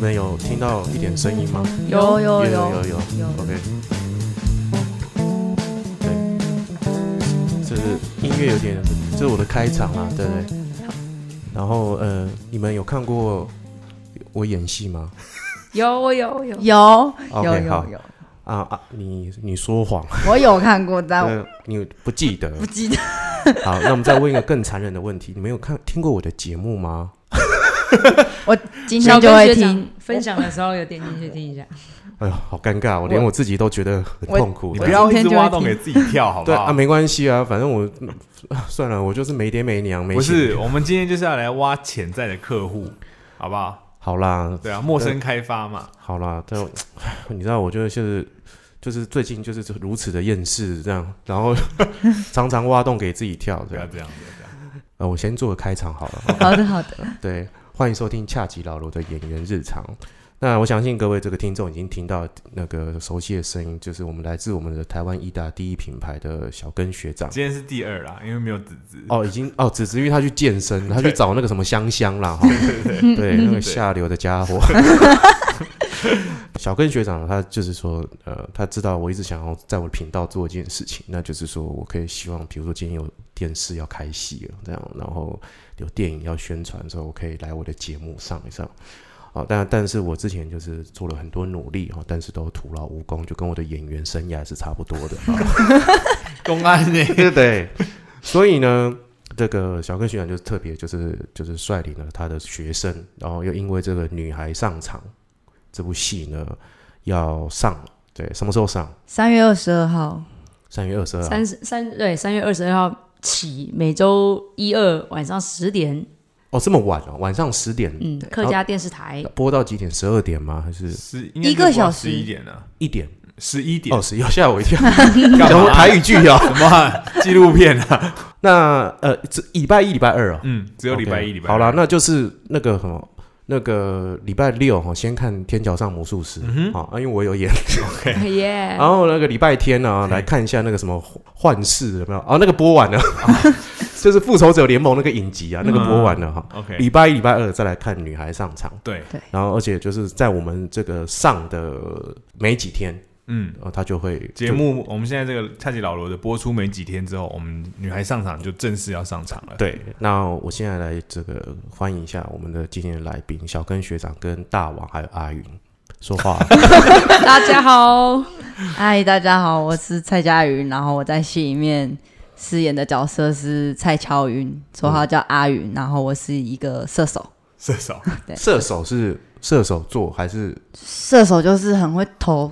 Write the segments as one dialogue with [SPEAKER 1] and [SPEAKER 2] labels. [SPEAKER 1] 们有听到一点声音吗？
[SPEAKER 2] 有有
[SPEAKER 1] 有有
[SPEAKER 2] 有
[SPEAKER 1] 有
[SPEAKER 2] 有
[SPEAKER 1] OK。对，这是音乐有点，这是我的开场啦，对不对？然后呃，你们有看过我演戏吗
[SPEAKER 3] 有我有有，
[SPEAKER 2] 有 有
[SPEAKER 1] ？OK，好
[SPEAKER 2] 有有，
[SPEAKER 1] 啊啊，你你说谎，
[SPEAKER 2] 我有看过，但我
[SPEAKER 1] 呃你不记得。
[SPEAKER 2] 不记得。
[SPEAKER 1] 好，那我们再问一个更残忍的问题，你们有看听过我的节目吗？
[SPEAKER 2] 我今
[SPEAKER 3] 小
[SPEAKER 2] 天
[SPEAKER 3] 跟
[SPEAKER 2] 就会
[SPEAKER 3] 学长
[SPEAKER 2] 听，
[SPEAKER 3] 分享的时候有点进去听一 下。
[SPEAKER 1] 哎呦，好尴尬，我连我自己都觉得很
[SPEAKER 2] 我
[SPEAKER 1] 痛苦。
[SPEAKER 4] 你
[SPEAKER 1] 对
[SPEAKER 4] 不要一
[SPEAKER 2] 今天
[SPEAKER 4] 直
[SPEAKER 2] 就会
[SPEAKER 4] 挖洞
[SPEAKER 2] 听
[SPEAKER 4] 给自己跳，好不
[SPEAKER 1] 对
[SPEAKER 4] 好？
[SPEAKER 1] 啊，没关系啊，反正我 嗯算了，我就是没爹没娘，没
[SPEAKER 4] 不是，
[SPEAKER 1] 钱。
[SPEAKER 4] 我们今天就是要来挖潜在的客户，好不好？
[SPEAKER 1] 好啦，
[SPEAKER 4] 对啊，陌生开发嘛，
[SPEAKER 1] 好啦，但我 你知道，我就是就是最近就是如此的厌世这样，然后 常常挖洞给自己跳
[SPEAKER 4] 不
[SPEAKER 1] 这
[SPEAKER 4] 要
[SPEAKER 1] 样。
[SPEAKER 4] 这样，不要这样。
[SPEAKER 1] 呃，我先做个开场好了。
[SPEAKER 2] 好的好的，
[SPEAKER 1] 对，欢迎收听恰吉老罗的演员日常。那我相信各位这个听众已经听到那个熟悉的声音，就是我们来自我们的台湾医大第一品牌的小根学长。
[SPEAKER 4] 今天是第二啦，因为没有子子。
[SPEAKER 1] 哦，已经哦，子子玉他去健身，他去找那个什么香香啦，哈，对，那个下流的家伙。 小根学长他就是说，呃，他知道我一直想要在我的频道做一件事情，那就是说我可以希望，比如说今天有电视要开戏了，这样，然后有电影要宣传的时候，我可以来我的节目上一上。哦，但但是我之前就是做了很多努力哦，但是都徒劳无功，就跟我的演员生涯是差不多的。哦
[SPEAKER 4] 公安呢？
[SPEAKER 1] 对对，所以呢，这个小根学长就是特别，就是就是率领了他的学生，然后又因为这个女孩上场这部戏呢要上了，对，什么时候上？
[SPEAKER 2] 三月二十二号，
[SPEAKER 1] 三月二十二啊号
[SPEAKER 3] 三十三对三月二十二号起，每周一二晚上十点，
[SPEAKER 1] 哦，这么晚哦，晚上十点、呃
[SPEAKER 3] 嗯，客家电视台
[SPEAKER 1] 播到几点？十二点吗？还是
[SPEAKER 4] 十
[SPEAKER 2] 一个小时
[SPEAKER 4] 十一点呢？
[SPEAKER 1] 一点？
[SPEAKER 4] 十一点
[SPEAKER 1] 哦，十一吓我一跳，
[SPEAKER 4] 干
[SPEAKER 1] 然后
[SPEAKER 4] 嘛？
[SPEAKER 1] 台语剧哦。
[SPEAKER 4] 什么啊纪录片啊？
[SPEAKER 1] 那呃，这礼拜一、礼拜二哦，
[SPEAKER 4] 嗯，只有礼拜一、礼拜
[SPEAKER 1] 好
[SPEAKER 4] 了
[SPEAKER 1] 啦，，那就是那个什么。那个礼拜六哈，先看《天桥上魔术师》
[SPEAKER 4] 嗯
[SPEAKER 1] 好、啊，因为我有演，
[SPEAKER 3] 耶，
[SPEAKER 1] 然后那个礼拜天呢、啊，来看一下那个什么幻视有没有？啊，那个播完了，就是复仇者联盟那个影集啊，那个播完了哈。
[SPEAKER 4] OK，
[SPEAKER 1] 礼拜一、礼拜二再来看女孩上场，
[SPEAKER 4] 对，
[SPEAKER 1] 然后而且就是在我们这个上的没几天，
[SPEAKER 4] 嗯，
[SPEAKER 1] 然后他就会
[SPEAKER 4] 节目我们现在这个恰吉老罗的播出没几天之后，我们女孩上场就正式要上场了。
[SPEAKER 1] 对。那我现在来这个欢迎一下我们的今天的来宾小根学长跟大王还有阿云说话。
[SPEAKER 3] 大家 好，
[SPEAKER 2] 嗨，大家好，我是蔡佳云，然后我在戏里面饰演的角色是蔡乔云，绰号叫阿云，然后我是一个射手，
[SPEAKER 4] 射手，
[SPEAKER 2] 对
[SPEAKER 1] 射手是射手座还是
[SPEAKER 2] 射手就是很会投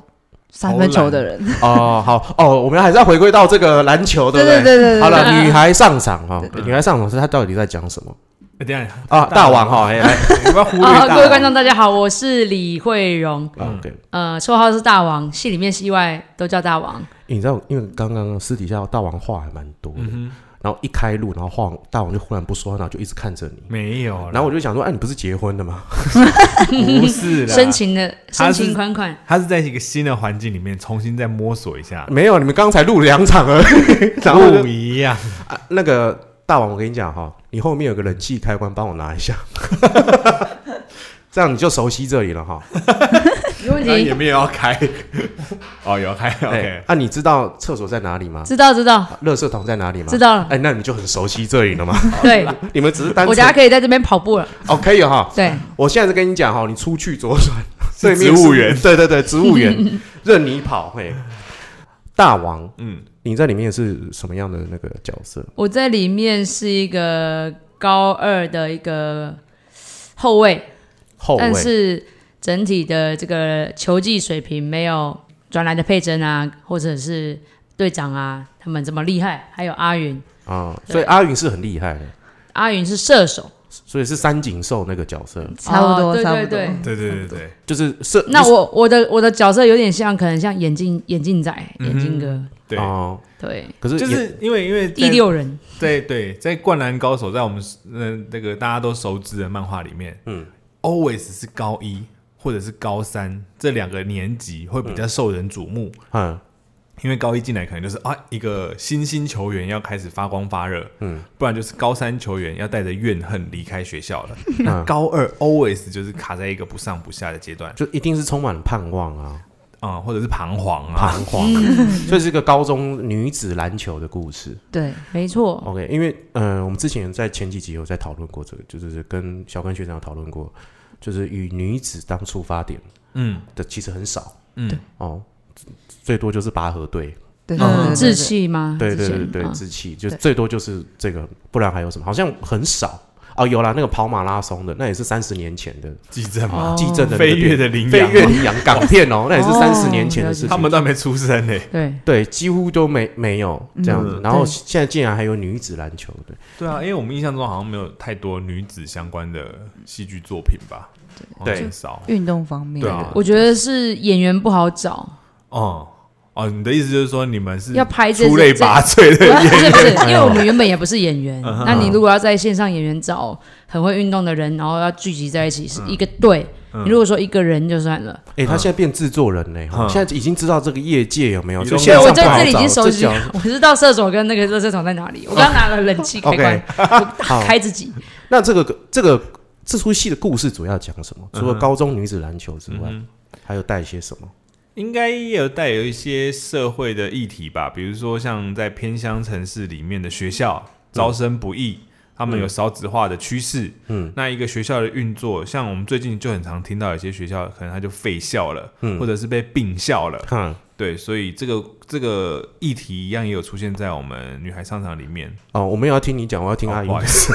[SPEAKER 2] 三分球的人，
[SPEAKER 1] 哦，好哦，我们还是要回归到这个篮球，
[SPEAKER 2] 对
[SPEAKER 1] 不
[SPEAKER 2] 对对对
[SPEAKER 1] 好
[SPEAKER 2] 对，
[SPEAKER 1] 了，女孩上场哈，女孩上场是她到底在讲什么
[SPEAKER 4] 哎等一下
[SPEAKER 1] 啊？大王哈，哎，来
[SPEAKER 4] 你不要忽略
[SPEAKER 3] 啊，
[SPEAKER 4] 大
[SPEAKER 3] 各位观
[SPEAKER 4] 王。
[SPEAKER 3] 众大家好，我是李慧荣，
[SPEAKER 2] 嗯
[SPEAKER 1] 哦，OK，欸
[SPEAKER 3] 呃，绰号是大王，戏里面戏外都叫大王，
[SPEAKER 1] 你知道，因为刚刚私底下大王话还蛮多的，
[SPEAKER 2] 嗯
[SPEAKER 1] 然后一开录，然后话大王就忽然不说，然后就一直看着你，
[SPEAKER 4] 没有啦，
[SPEAKER 1] 然后我就想说，哎，你不是结婚的吗？
[SPEAKER 4] 不是 啦，
[SPEAKER 3] 深情的深
[SPEAKER 4] 他是
[SPEAKER 3] 情款款，
[SPEAKER 4] 他是在一个新的环境里面重新再摸索一下，
[SPEAKER 1] 没有，你们刚才录两场而已， 然后
[SPEAKER 4] 不
[SPEAKER 1] 就
[SPEAKER 4] 一样。
[SPEAKER 1] 啊那个大王，我跟你讲哈，你后面有个冷气开关，帮我拿一下， 这样你就熟悉这里了 哈。
[SPEAKER 3] 没问
[SPEAKER 4] 他啊也
[SPEAKER 3] 题，
[SPEAKER 4] 没有要开，哦，有要 开
[SPEAKER 1] 哎
[SPEAKER 4] ，OK，，
[SPEAKER 1] 那你知道厕所在哪里吗？
[SPEAKER 3] 知道知道
[SPEAKER 1] 垃圾桶在哪里吗？
[SPEAKER 3] 知道了，
[SPEAKER 1] 哎，那你就很熟悉这里了嘛？
[SPEAKER 3] 对，
[SPEAKER 1] 你们只是单
[SPEAKER 3] 我
[SPEAKER 1] 纯
[SPEAKER 3] 等下可以在这边跑步了，
[SPEAKER 1] 哦，可以了哈。
[SPEAKER 3] 对，
[SPEAKER 1] 我现在是跟你讲哈，你出去左 转，对
[SPEAKER 4] 是
[SPEAKER 1] 面
[SPEAKER 4] 植
[SPEAKER 1] 是
[SPEAKER 4] 物园，，
[SPEAKER 1] 对对对，植物 园任你跑。嘿，大王，
[SPEAKER 4] 嗯，
[SPEAKER 1] 你在里面是什么样的那个角色？
[SPEAKER 3] 我在里面是一个高二的一个后卫，
[SPEAKER 1] 后卫
[SPEAKER 3] 但是整体的这个球技水平没有转来的佩珍啊，或者是队长啊他们这么厉害，还有阿云，
[SPEAKER 1] 啊、所以阿云是很厉害的，
[SPEAKER 3] 阿云是射手，
[SPEAKER 1] 所以是三井寿那个角色，
[SPEAKER 2] 差不
[SPEAKER 3] 哦
[SPEAKER 2] 多
[SPEAKER 3] 对
[SPEAKER 2] 差
[SPEAKER 3] 对
[SPEAKER 2] 不多
[SPEAKER 3] 对，
[SPEAKER 4] 对对对对，
[SPEAKER 1] 就是射
[SPEAKER 3] 那我我的我的角色有点像，可能像眼镜眼镜仔、
[SPEAKER 1] 嗯
[SPEAKER 3] 眼镜哥，
[SPEAKER 4] 对
[SPEAKER 1] 哦、
[SPEAKER 3] 对，
[SPEAKER 1] 可是
[SPEAKER 4] 就
[SPEAKER 1] 也
[SPEAKER 4] 是因为因为
[SPEAKER 3] 第
[SPEAKER 4] 在
[SPEAKER 3] 六人
[SPEAKER 4] 在对在《灌篮高手》在我们嗯那个大家都熟知的漫画里面，嗯，always 是高一或者是高三这两个年级会比较受人瞩目，
[SPEAKER 1] 嗯，
[SPEAKER 4] 因为高一进来可能就是啊，一个新兴球员要开始发光发热，嗯，不然就是高三球员要带着怨恨离开学校 了。那高二 always 就是卡在一个不上不下的阶段
[SPEAKER 1] 就一定是充满了盼望啊，
[SPEAKER 4] 啊、或者是彷徨啊，
[SPEAKER 1] 彷徨，
[SPEAKER 3] 嗯
[SPEAKER 1] 所以是一个高中女子篮球的故事。
[SPEAKER 2] 对，
[SPEAKER 3] 没错，
[SPEAKER 4] 哦
[SPEAKER 1] OK，因为呃，我们之前在前几集有在讨论过这个，就是跟小根学长有讨论过，就是以女子当出发点
[SPEAKER 4] 嗯
[SPEAKER 1] 的其实很少
[SPEAKER 4] 嗯，
[SPEAKER 1] 哦，最多就是拔河队，
[SPEAKER 2] 对，对
[SPEAKER 1] 哦
[SPEAKER 3] 嗯，
[SPEAKER 2] 对
[SPEAKER 3] 志
[SPEAKER 2] 对
[SPEAKER 3] 气吗？
[SPEAKER 1] 对
[SPEAKER 3] 之
[SPEAKER 1] 对
[SPEAKER 3] 前
[SPEAKER 1] 对对，
[SPEAKER 3] 嗯
[SPEAKER 1] 志气就
[SPEAKER 2] 对
[SPEAKER 1] 最多就是这个，不然还有什么？好像很少哦，有啦，那个跑马拉松的，那也是三十年前的
[SPEAKER 4] 激震嘛，
[SPEAKER 3] 哦
[SPEAKER 1] 地震的那个
[SPEAKER 4] 啊飞跃
[SPEAKER 1] 电
[SPEAKER 4] 的羚
[SPEAKER 1] 飞
[SPEAKER 4] 羊，
[SPEAKER 1] 跃羚羊港片哦，那也是三十年前的事情。
[SPEAKER 3] 哦
[SPEAKER 4] 他们都还没出生呢、
[SPEAKER 3] 对，
[SPEAKER 1] 对，几乎都没没有这样子，
[SPEAKER 4] 嗯
[SPEAKER 1] 然后
[SPEAKER 3] 对
[SPEAKER 1] 现在竟然还有女子篮球的，
[SPEAKER 4] 对啊，因为我们印象中好像没有太多女子相关的戏剧作品吧，好像
[SPEAKER 1] 对
[SPEAKER 4] 很少。
[SPEAKER 2] 运动方面
[SPEAKER 4] 对啊
[SPEAKER 2] 的，
[SPEAKER 3] 我觉得是演员不好找，
[SPEAKER 4] 哦、哦，你的意思就是说你们是
[SPEAKER 3] 要拍这
[SPEAKER 4] 出类
[SPEAKER 3] 这
[SPEAKER 4] 拔萃 嗯
[SPEAKER 3] 不
[SPEAKER 4] 的
[SPEAKER 3] 是不是不是， 因为我们原本也不是演员，那你如果要在线上演员找很会运动的人，然后要聚集在一起是
[SPEAKER 4] 嗯
[SPEAKER 3] 一个队，你如果说一个人就算了，
[SPEAKER 1] 哎、他现在变制作人嘞、哦
[SPEAKER 4] 嗯
[SPEAKER 1] 现在已经知道这个业界有没有？
[SPEAKER 4] 移
[SPEAKER 1] 就
[SPEAKER 4] 动
[SPEAKER 1] 现
[SPEAKER 4] 对
[SPEAKER 1] 在
[SPEAKER 3] 我
[SPEAKER 4] 我
[SPEAKER 3] 在
[SPEAKER 1] 这
[SPEAKER 3] 这里已经熟悉
[SPEAKER 1] 脚，
[SPEAKER 3] 我知道厕所跟那个热射桶在哪里，我刚拿了冷 气开
[SPEAKER 1] OK，
[SPEAKER 3] 关，
[SPEAKER 1] 好
[SPEAKER 3] 我开自己，
[SPEAKER 1] 那这个这个这出戏的故事主要讲什么？除了高中女子篮球之外，
[SPEAKER 4] 嗯
[SPEAKER 1] 还有带些什么？
[SPEAKER 4] 应该也有带有一些社会的议题吧，比如说像在偏乡城市里面的学校招生不易，他们有少子化的趋势。
[SPEAKER 1] 嗯，
[SPEAKER 4] 那一个学校的运作，像我们最近就很常听到有些学校可能它就废校了，
[SPEAKER 1] 嗯
[SPEAKER 4] 或者是被并校了。
[SPEAKER 1] 看
[SPEAKER 4] 对，所以这个这个议题一样也有出现在我们女孩商场里面。
[SPEAKER 1] 哦，我们也要听你讲，我要听
[SPEAKER 4] 哦
[SPEAKER 1] 阿姨
[SPEAKER 4] 不。好意思，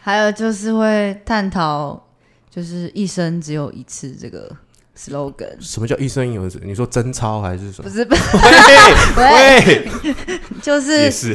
[SPEAKER 2] 还有就是会探讨，就是一生只有一次这个 slogan，
[SPEAKER 1] 什么叫一生有？你说贞操还是什
[SPEAKER 2] 不
[SPEAKER 1] 么？
[SPEAKER 2] 是不是，
[SPEAKER 4] 喂喂，
[SPEAKER 2] 就
[SPEAKER 4] 也
[SPEAKER 2] 是
[SPEAKER 4] 是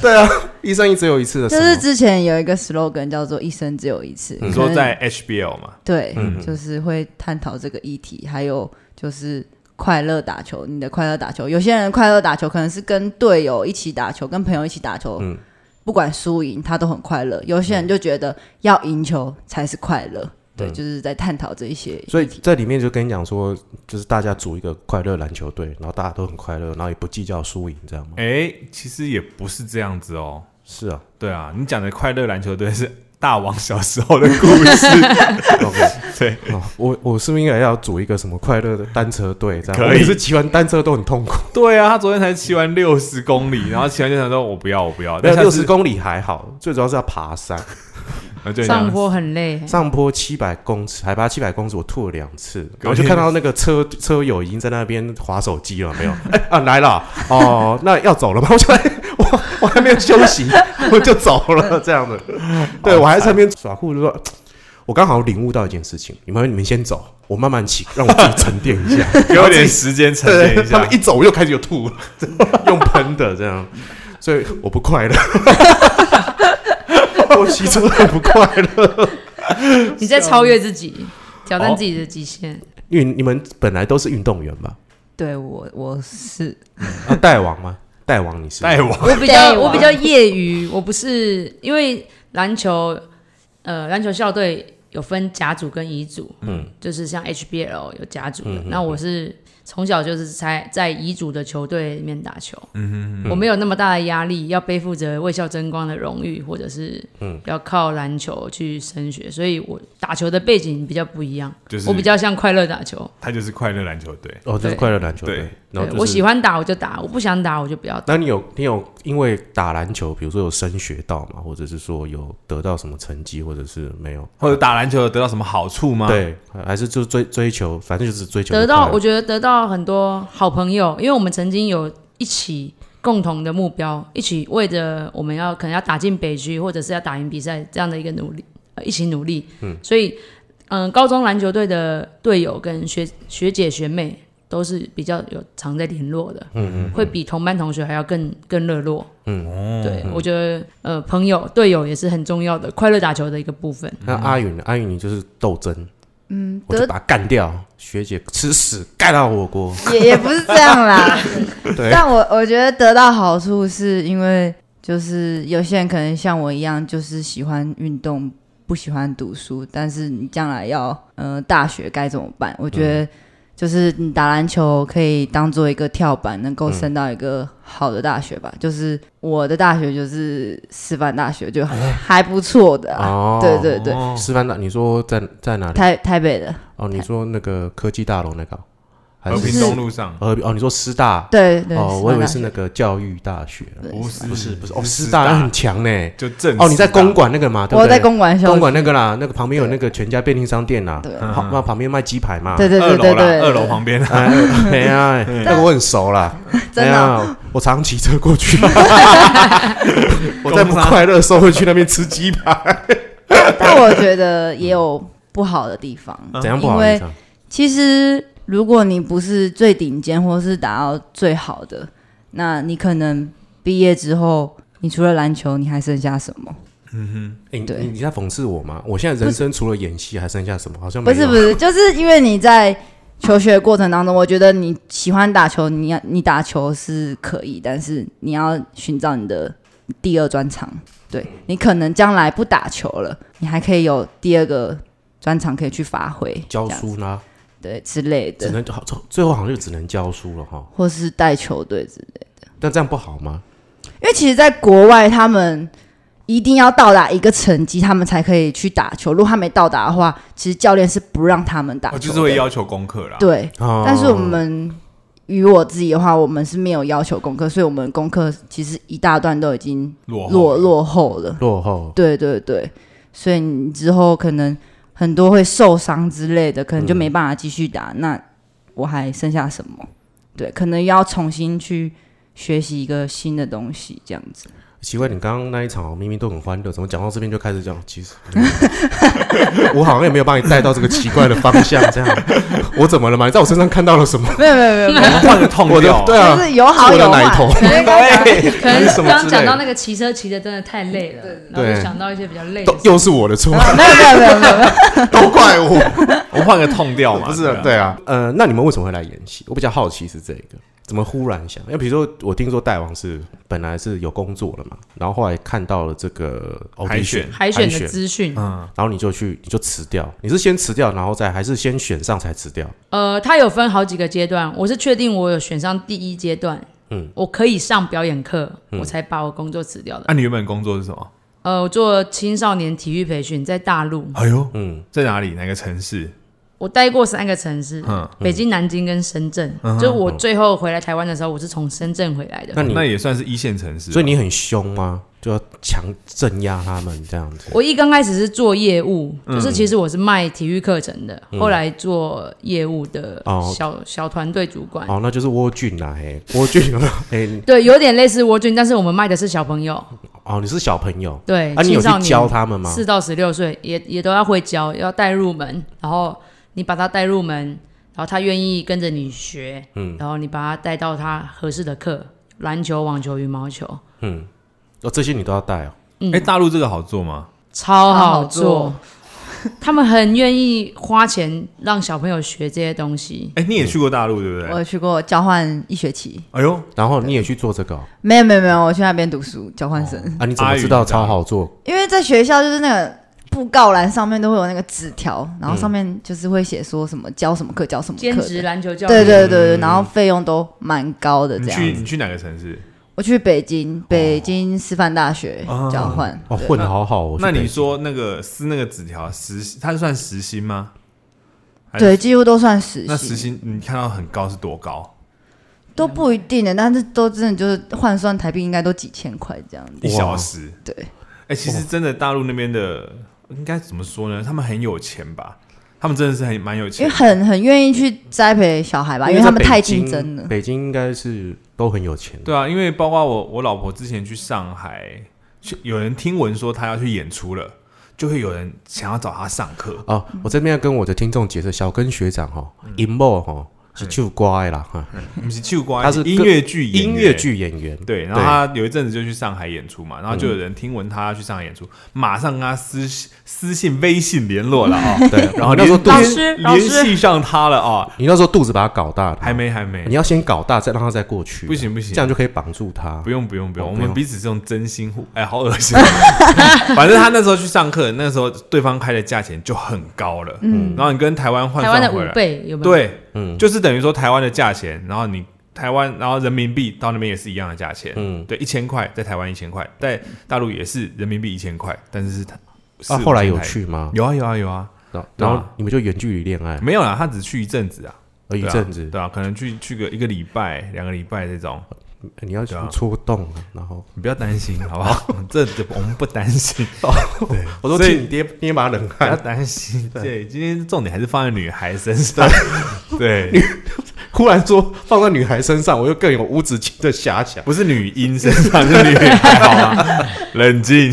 [SPEAKER 1] 对啊，一生只有一次的什
[SPEAKER 2] 就
[SPEAKER 1] 么，
[SPEAKER 2] 是之前有一个 slogan 叫做“一生只有一次”，
[SPEAKER 4] 你
[SPEAKER 2] 可
[SPEAKER 4] 说
[SPEAKER 2] 能
[SPEAKER 4] 在 HBL 嘛？
[SPEAKER 2] 对，
[SPEAKER 1] 嗯
[SPEAKER 2] 就是会探讨这个议题，还有就是快乐打球，你的快乐打球，有些人快乐打球可能是跟队友一起打球，跟朋友一起打球，
[SPEAKER 1] 嗯
[SPEAKER 2] 不管输赢他都很快乐。有些人就觉得要赢球才是快乐，对，
[SPEAKER 1] 嗯
[SPEAKER 2] 就是在探讨这一些议题。
[SPEAKER 1] 所以在里面就跟你讲说，就是大家组一个快乐篮球队，然后大家都很快乐，然后也不计较输赢，这样吗？
[SPEAKER 4] 哎、其实也不是这样子哦。
[SPEAKER 1] 是啊
[SPEAKER 4] 对啊，你讲的快乐篮球队是大王小时候的故事，
[SPEAKER 1] ，OK，
[SPEAKER 4] 对，
[SPEAKER 1] 哦我我是不是应该要组一个什么快乐的单车队？这样，
[SPEAKER 4] 可以
[SPEAKER 1] 我每次骑完单车都很痛苦。
[SPEAKER 4] 对啊，他昨天才骑完六十公里，然后骑完就想说我不要，我不要，
[SPEAKER 1] 没
[SPEAKER 4] 但
[SPEAKER 1] 有
[SPEAKER 4] 下
[SPEAKER 1] 六
[SPEAKER 4] 次
[SPEAKER 1] 十公里还好，最主要是要爬山，
[SPEAKER 4] 啊对
[SPEAKER 3] 上
[SPEAKER 4] 这样
[SPEAKER 3] 坡很累，
[SPEAKER 1] 上坡七百公尺，海拔七百公尺，我吐了两次，
[SPEAKER 4] 隔
[SPEAKER 1] 然后就
[SPEAKER 4] 天
[SPEAKER 1] 看到那个车车友已经在那边划手机了，没有？ 哎、啊来了，哦，那要走了吗？我 就我我还没有休 息，我就走
[SPEAKER 4] 嗯
[SPEAKER 1] 了，这样的。对我还在那边耍酷，就说，我刚好领悟到一件事情，你们你们先走，我慢慢骑，让我自己沉淀一下，
[SPEAKER 4] 给我点时间沉淀
[SPEAKER 1] 对，
[SPEAKER 4] 一
[SPEAKER 1] 他
[SPEAKER 4] 下
[SPEAKER 1] 们一。走我就开始有吐了，用喷的这样， 所以我不快乐。 我骑车很不快乐，
[SPEAKER 3] 你在超越自己，挑战自己的极限。
[SPEAKER 1] 因为你们本来都是运动员吧？
[SPEAKER 2] 对我我是
[SPEAKER 1] 啊，带王吗？带王你是
[SPEAKER 4] 带我
[SPEAKER 3] 我比较
[SPEAKER 2] 对
[SPEAKER 3] 我
[SPEAKER 2] 哇
[SPEAKER 3] 比较业余，我不是因为篮球，呃，篮球校队有分甲组跟乙组，嗯，就是像 HBL 有甲组的，那我是从小就是在在乙组的球队里面打球，嗯我没有那么大的压力，要背负着为校争光的荣誉，或者是要靠篮球去升学，所以我打球的背景比较不一样，
[SPEAKER 4] 就是
[SPEAKER 3] 我比较像快乐打球，
[SPEAKER 4] 他就是快乐篮球队，
[SPEAKER 1] 哦，就是
[SPEAKER 3] 对
[SPEAKER 1] 快乐篮球队
[SPEAKER 4] 对。
[SPEAKER 1] 然后、就是、
[SPEAKER 3] 对我喜。欢打我就打，我不想打我就不要打。
[SPEAKER 1] 那你有你有因为打篮球，比如说有升学到嘛，或者是说有得到什么成绩，或者是没有？
[SPEAKER 4] 或者打篮球有得到什么好处吗？，
[SPEAKER 1] 对，还是就追追求，反正就是追求
[SPEAKER 3] 得到，我
[SPEAKER 1] 我
[SPEAKER 3] 觉得得到很多好朋友，因为我们曾经有一起共同的目标，一起为着我们要可能要打进北区，或者是要打赢比赛这样的一个努力，呃一起努力。嗯，所以，嗯、高中篮球队的队友跟学学姐学妹都是比较有常在联络的，嗯嗯，会比同班同学还要更更热络。嗯，对，我觉得呃，朋友队友也是很重要的，快乐打球的一个部分。
[SPEAKER 1] 那阿允呢，阿允你就是斗争，
[SPEAKER 2] 嗯，
[SPEAKER 1] 我就
[SPEAKER 2] 得
[SPEAKER 1] 把他干掉，学姐吃屎盖到我锅。
[SPEAKER 2] 也也不是这 样啦。但我我觉得得到好处是因为，就是有些人可能像我一样，就是喜欢运动，
[SPEAKER 1] 嗯
[SPEAKER 2] 不喜欢读书。但是你将来要呃大学该怎么办？我觉得就是你打篮球可以当做一个跳板，能够升到一个好的大学吧。就是我的大学就是师范大学，就还,、不错的、啊。
[SPEAKER 1] 哦
[SPEAKER 2] 对对对，
[SPEAKER 4] 哦
[SPEAKER 1] 师范大，你说在在哪里？
[SPEAKER 2] 台台北的，
[SPEAKER 1] 哦，你说那个科技大楼那个哦，还
[SPEAKER 4] 和
[SPEAKER 1] 是
[SPEAKER 4] 平东路上
[SPEAKER 1] 和平？哦，你说师大？
[SPEAKER 2] 对对。
[SPEAKER 1] 哦，
[SPEAKER 2] 师
[SPEAKER 1] 我以
[SPEAKER 2] 范
[SPEAKER 1] 为
[SPEAKER 2] 大
[SPEAKER 1] 是
[SPEAKER 2] 学
[SPEAKER 1] 那个教育大学，
[SPEAKER 4] 不是
[SPEAKER 1] 不是不是，哦，
[SPEAKER 4] 师
[SPEAKER 1] 师大那很强呢。
[SPEAKER 4] 就正嗯
[SPEAKER 1] 哦，你在
[SPEAKER 4] 师大
[SPEAKER 1] 公馆那个嘛，对不
[SPEAKER 2] 我
[SPEAKER 1] 对？
[SPEAKER 2] 在公馆校区
[SPEAKER 1] 公馆那个啦，那个旁边有那个全家便利商店啦，
[SPEAKER 2] 对
[SPEAKER 4] 嗯
[SPEAKER 1] 旁那旁边卖鸡排嘛。
[SPEAKER 2] 对对
[SPEAKER 4] 二
[SPEAKER 2] 对对
[SPEAKER 4] 楼啦
[SPEAKER 2] 对，，
[SPEAKER 4] 二楼旁边啦，
[SPEAKER 1] 哎，没啊，那个我很熟啦，
[SPEAKER 2] 真
[SPEAKER 1] 哎
[SPEAKER 2] 的
[SPEAKER 1] 呀，我常骑车过去， 我在不
[SPEAKER 4] 工商
[SPEAKER 1] 快乐的时候会去那边吃鸡排，
[SPEAKER 2] 但我觉得也有不好的地方。
[SPEAKER 1] 怎样不好意思啊？
[SPEAKER 2] 其实，如果你不是最顶尖，或是打到最好的，那你可能毕业之后，你除了篮球，你还剩下什么？
[SPEAKER 1] 哎你
[SPEAKER 2] 对
[SPEAKER 1] 你你在讽刺我吗？我现在人生除了演戏还剩下什么？好像没
[SPEAKER 2] 不是
[SPEAKER 1] 有啊
[SPEAKER 2] 不是，就是因为你在求学过程当中，我觉得你喜欢打球，你要你打球是可以，但是你要寻找你的第二专长。对你可能将来不打球了，你还可以有第二个专长可以去发挥，
[SPEAKER 1] 教
[SPEAKER 2] 这样
[SPEAKER 1] 书呢，
[SPEAKER 2] 对之类
[SPEAKER 1] 只
[SPEAKER 2] 的，
[SPEAKER 1] 能好最后好像就只能教书了哈。
[SPEAKER 2] 或是带球队之类的
[SPEAKER 1] 但这样不好吗？
[SPEAKER 2] 因为其实，在国外他们一定要到达一个成绩，他们才可以去打球。如果他没到达的话，其实教练是不让他们打球
[SPEAKER 4] 我
[SPEAKER 2] 的。
[SPEAKER 4] 哦就是会要求功课啦。
[SPEAKER 2] 对，
[SPEAKER 1] 哦
[SPEAKER 2] 但是我们与我自己的话，我们是没有要求功课，所以我们功课其实一大段都已经
[SPEAKER 4] 落后
[SPEAKER 2] 落落后了。
[SPEAKER 1] 落后，
[SPEAKER 2] 对对对，所以你之后可能很多会受伤之类的，可能就
[SPEAKER 1] 嗯
[SPEAKER 2] 没办法继续打。那我还剩下什么？对，可能要重新去学习一个新的东西，这样子。
[SPEAKER 1] 奇怪，你刚刚那一场明明都很欢乐，怎么讲到这边就开始讲？其实嗯 我好像也没有把你带到这个奇怪的方向，这样我怎么了嘛？你在我身上看到了什么？
[SPEAKER 2] 没有没有没有，没有
[SPEAKER 4] 换个痛
[SPEAKER 1] 我的
[SPEAKER 4] 调， 哎
[SPEAKER 1] 对啊
[SPEAKER 2] 就，是有好
[SPEAKER 1] 我的
[SPEAKER 2] 有坏
[SPEAKER 1] 奶。头，
[SPEAKER 3] 可能
[SPEAKER 1] 对，
[SPEAKER 3] 可能
[SPEAKER 1] 还是什么
[SPEAKER 3] 刚刚
[SPEAKER 1] 之
[SPEAKER 3] 讲
[SPEAKER 1] 类
[SPEAKER 3] 到
[SPEAKER 1] 的
[SPEAKER 3] 那个骑车骑的真的太累了，然后
[SPEAKER 1] 对
[SPEAKER 3] 就想到一些比较累的
[SPEAKER 1] 都又是我的 错，
[SPEAKER 2] 没有没有没有没有没有，
[SPEAKER 1] 都怪我，
[SPEAKER 4] 我换个痛调 嘛，
[SPEAKER 1] 不是啊？对啊，呃，那你们为什么会来演戏？我比较好奇是这个，怎么忽然想？因为比如说，我听说大王是本来是有工作了嘛，然后后来看到了这个 audition，
[SPEAKER 4] 海选
[SPEAKER 3] 海选的资讯。
[SPEAKER 4] 嗯，
[SPEAKER 1] 然后你就去，你就辞掉，你是先辞掉，然后再还是先选上才辞掉？
[SPEAKER 3] 呃，它有分好几个阶段，我是确定我有选上第一阶段，
[SPEAKER 1] 嗯
[SPEAKER 3] 嗯，我可以上表演课，我才把我工作辞掉的。
[SPEAKER 4] 那你原本工作是什么？
[SPEAKER 3] 呃，我做青少年体育培训，在大陆，
[SPEAKER 4] 哎呦，
[SPEAKER 1] 嗯，
[SPEAKER 4] 在哪里？哪个城市？
[SPEAKER 3] 我待过三个城市，
[SPEAKER 4] 嗯
[SPEAKER 3] 北京、南京跟深圳。就是我最后回来台湾的时候，我是从深圳回来的。
[SPEAKER 1] 那你
[SPEAKER 4] 那也算是一线城市
[SPEAKER 1] 嗯
[SPEAKER 4] 啊，
[SPEAKER 1] 所以你很凶吗？就要强镇压他们这样子？
[SPEAKER 3] 我一刚开始是做业务，就是其实我是卖体育课程的，后来做业务的
[SPEAKER 1] 嗯哦
[SPEAKER 3] 小、小团队主
[SPEAKER 4] 哎
[SPEAKER 3] 管。
[SPEAKER 1] 哦，那就是蜗俊啦，嘿，蜗俊有没有？哎、
[SPEAKER 3] 对，有点类似蜗菌，但是我们卖的是小朋友，
[SPEAKER 1] 哦，你是小朋友，
[SPEAKER 3] 对，
[SPEAKER 4] 哎
[SPEAKER 1] 啊，你有
[SPEAKER 3] 青
[SPEAKER 1] 去
[SPEAKER 3] 少年
[SPEAKER 1] 教他们吗？
[SPEAKER 3] 四到十六岁也也都要会教，要带入门，然后你把他带入门，然后他愿意跟着你学，嗯，然后你把他带到他合适的课，篮球、网球、羽毛球，
[SPEAKER 1] 嗯，哦，这些你都要带哦。
[SPEAKER 4] 哎，大陆这个好做吗？
[SPEAKER 3] 超好
[SPEAKER 2] 超
[SPEAKER 3] 做。他们很愿意花钱让小朋友学这些东西，
[SPEAKER 4] 哎，你也去过大陆对不对？
[SPEAKER 2] 我去过交换一学期，
[SPEAKER 4] 哎呦，
[SPEAKER 1] 然后你也去做这个哦、
[SPEAKER 2] 没有没有没有，我去那边读书交换生，
[SPEAKER 1] 啊？你怎么
[SPEAKER 4] 阿宇
[SPEAKER 1] 知道
[SPEAKER 4] 你知道
[SPEAKER 1] 超好做？
[SPEAKER 2] 因为在学校就是那个布告栏上面都会有那个纸条，然
[SPEAKER 1] 嗯
[SPEAKER 2] 后上面就是会写说什么教什么课教什么
[SPEAKER 3] 兼
[SPEAKER 2] 课
[SPEAKER 3] 职
[SPEAKER 2] 的。
[SPEAKER 3] 篮球教
[SPEAKER 2] 对
[SPEAKER 3] 练，
[SPEAKER 2] 对对对，然后费用都蛮高的
[SPEAKER 4] 你
[SPEAKER 2] 这
[SPEAKER 4] 去哦
[SPEAKER 2] 样。
[SPEAKER 4] 嗯你去哪个城市？
[SPEAKER 2] 我去北京，北京师范大学
[SPEAKER 4] 啊
[SPEAKER 2] 交换，
[SPEAKER 1] 哦，
[SPEAKER 2] 对
[SPEAKER 1] 混的好好哦。
[SPEAKER 4] 那
[SPEAKER 1] 去北
[SPEAKER 4] 你
[SPEAKER 1] 京
[SPEAKER 4] 说那个撕那个纸条时，它算时薪吗？还是
[SPEAKER 2] 对，几乎都算实
[SPEAKER 4] 那时
[SPEAKER 2] 习，
[SPEAKER 4] 薪你看到很高是多高？
[SPEAKER 2] 都不一定的，但是都真的就是换算台币应该都几千块这样子。
[SPEAKER 4] 一小时？
[SPEAKER 2] 对，
[SPEAKER 4] 哎，其实真的大陆那边的应该怎么说呢？他们很有钱吧？他们真的是很蛮有
[SPEAKER 2] 因
[SPEAKER 4] 钱
[SPEAKER 2] 为，很很愿意去栽培小孩吧，因为
[SPEAKER 1] 在
[SPEAKER 2] 他们
[SPEAKER 1] 北
[SPEAKER 2] 太
[SPEAKER 1] 京
[SPEAKER 2] 竞争了。
[SPEAKER 1] 北京应该是都很有钱的。
[SPEAKER 4] 对啊，因为包括我，我老婆之前去上海，去有人听闻说她要去演出了，就会有人想要找她上课。嗯
[SPEAKER 1] 哦，我这边要跟我的听众解释，小根学长哈、哦，银幕哈，是就乖啦哈，
[SPEAKER 4] 不是秋瓜，
[SPEAKER 1] 他是
[SPEAKER 4] 音
[SPEAKER 1] 歌
[SPEAKER 4] 乐剧演
[SPEAKER 1] 音
[SPEAKER 4] 员
[SPEAKER 1] 乐剧演员，
[SPEAKER 4] 对，然后他有一阵子就去上海演出嘛，然后就有人听闻他要去上海演出，马上跟他私私信、微信联络了啊、 对，然后
[SPEAKER 1] 你那时候
[SPEAKER 4] 联
[SPEAKER 1] 肚
[SPEAKER 3] 老
[SPEAKER 1] 子，
[SPEAKER 3] 师，老
[SPEAKER 4] 联
[SPEAKER 3] 师，
[SPEAKER 4] 系上他了啊、
[SPEAKER 1] 你那时候肚子把他搞大了，
[SPEAKER 4] 还没还没
[SPEAKER 1] 你，要先搞大，再让他再过去，
[SPEAKER 4] 不行不行
[SPEAKER 1] 这样就可以绑住他
[SPEAKER 4] 啊不。用不用不用，
[SPEAKER 1] 哦
[SPEAKER 4] 我
[SPEAKER 1] 不用
[SPEAKER 4] 们彼此是用真心互， 哎，好恶心。反正他那时候去上课，那时候对方开的价钱就很高了，嗯，然后你跟台湾换
[SPEAKER 3] 台湾的
[SPEAKER 4] 算
[SPEAKER 3] 五
[SPEAKER 4] 回来，
[SPEAKER 3] 倍有没有？，
[SPEAKER 4] 对，
[SPEAKER 1] 嗯
[SPEAKER 4] 就是等于说台湾的价钱，然后你台湾，然后人民币到那边也是一样的价钱，
[SPEAKER 1] 嗯，
[SPEAKER 4] 对，一千块在台湾一千块，在大陆也是人民币一千块，但是是他
[SPEAKER 1] 啊，后来有，去吗？
[SPEAKER 4] 有啊有啊有啊，
[SPEAKER 1] 然
[SPEAKER 4] 对
[SPEAKER 1] 然
[SPEAKER 4] 啊
[SPEAKER 1] 后你们就远距离恋爱呃
[SPEAKER 4] 没有啦，他只去一阵子啊，
[SPEAKER 1] 了一
[SPEAKER 4] 对啊
[SPEAKER 1] 阵子，
[SPEAKER 4] 对啊，可能去去个一个礼拜、两个礼拜这种，
[SPEAKER 1] 哎你要
[SPEAKER 4] 对啊
[SPEAKER 1] 戳洞啊，然后
[SPEAKER 4] 你不要担心，好不好？ 这我们不担心，对，
[SPEAKER 1] 我都
[SPEAKER 4] 所以
[SPEAKER 1] 替你爹捏把冷
[SPEAKER 4] 不要
[SPEAKER 1] 汗，
[SPEAKER 4] 担心。对，今天重点还是放在女孩身上， 对，
[SPEAKER 1] 忽然说放在女孩身上，我又更有无止境的遐想，
[SPEAKER 4] 不是女婴身上，是女孩，好 吗？冷静。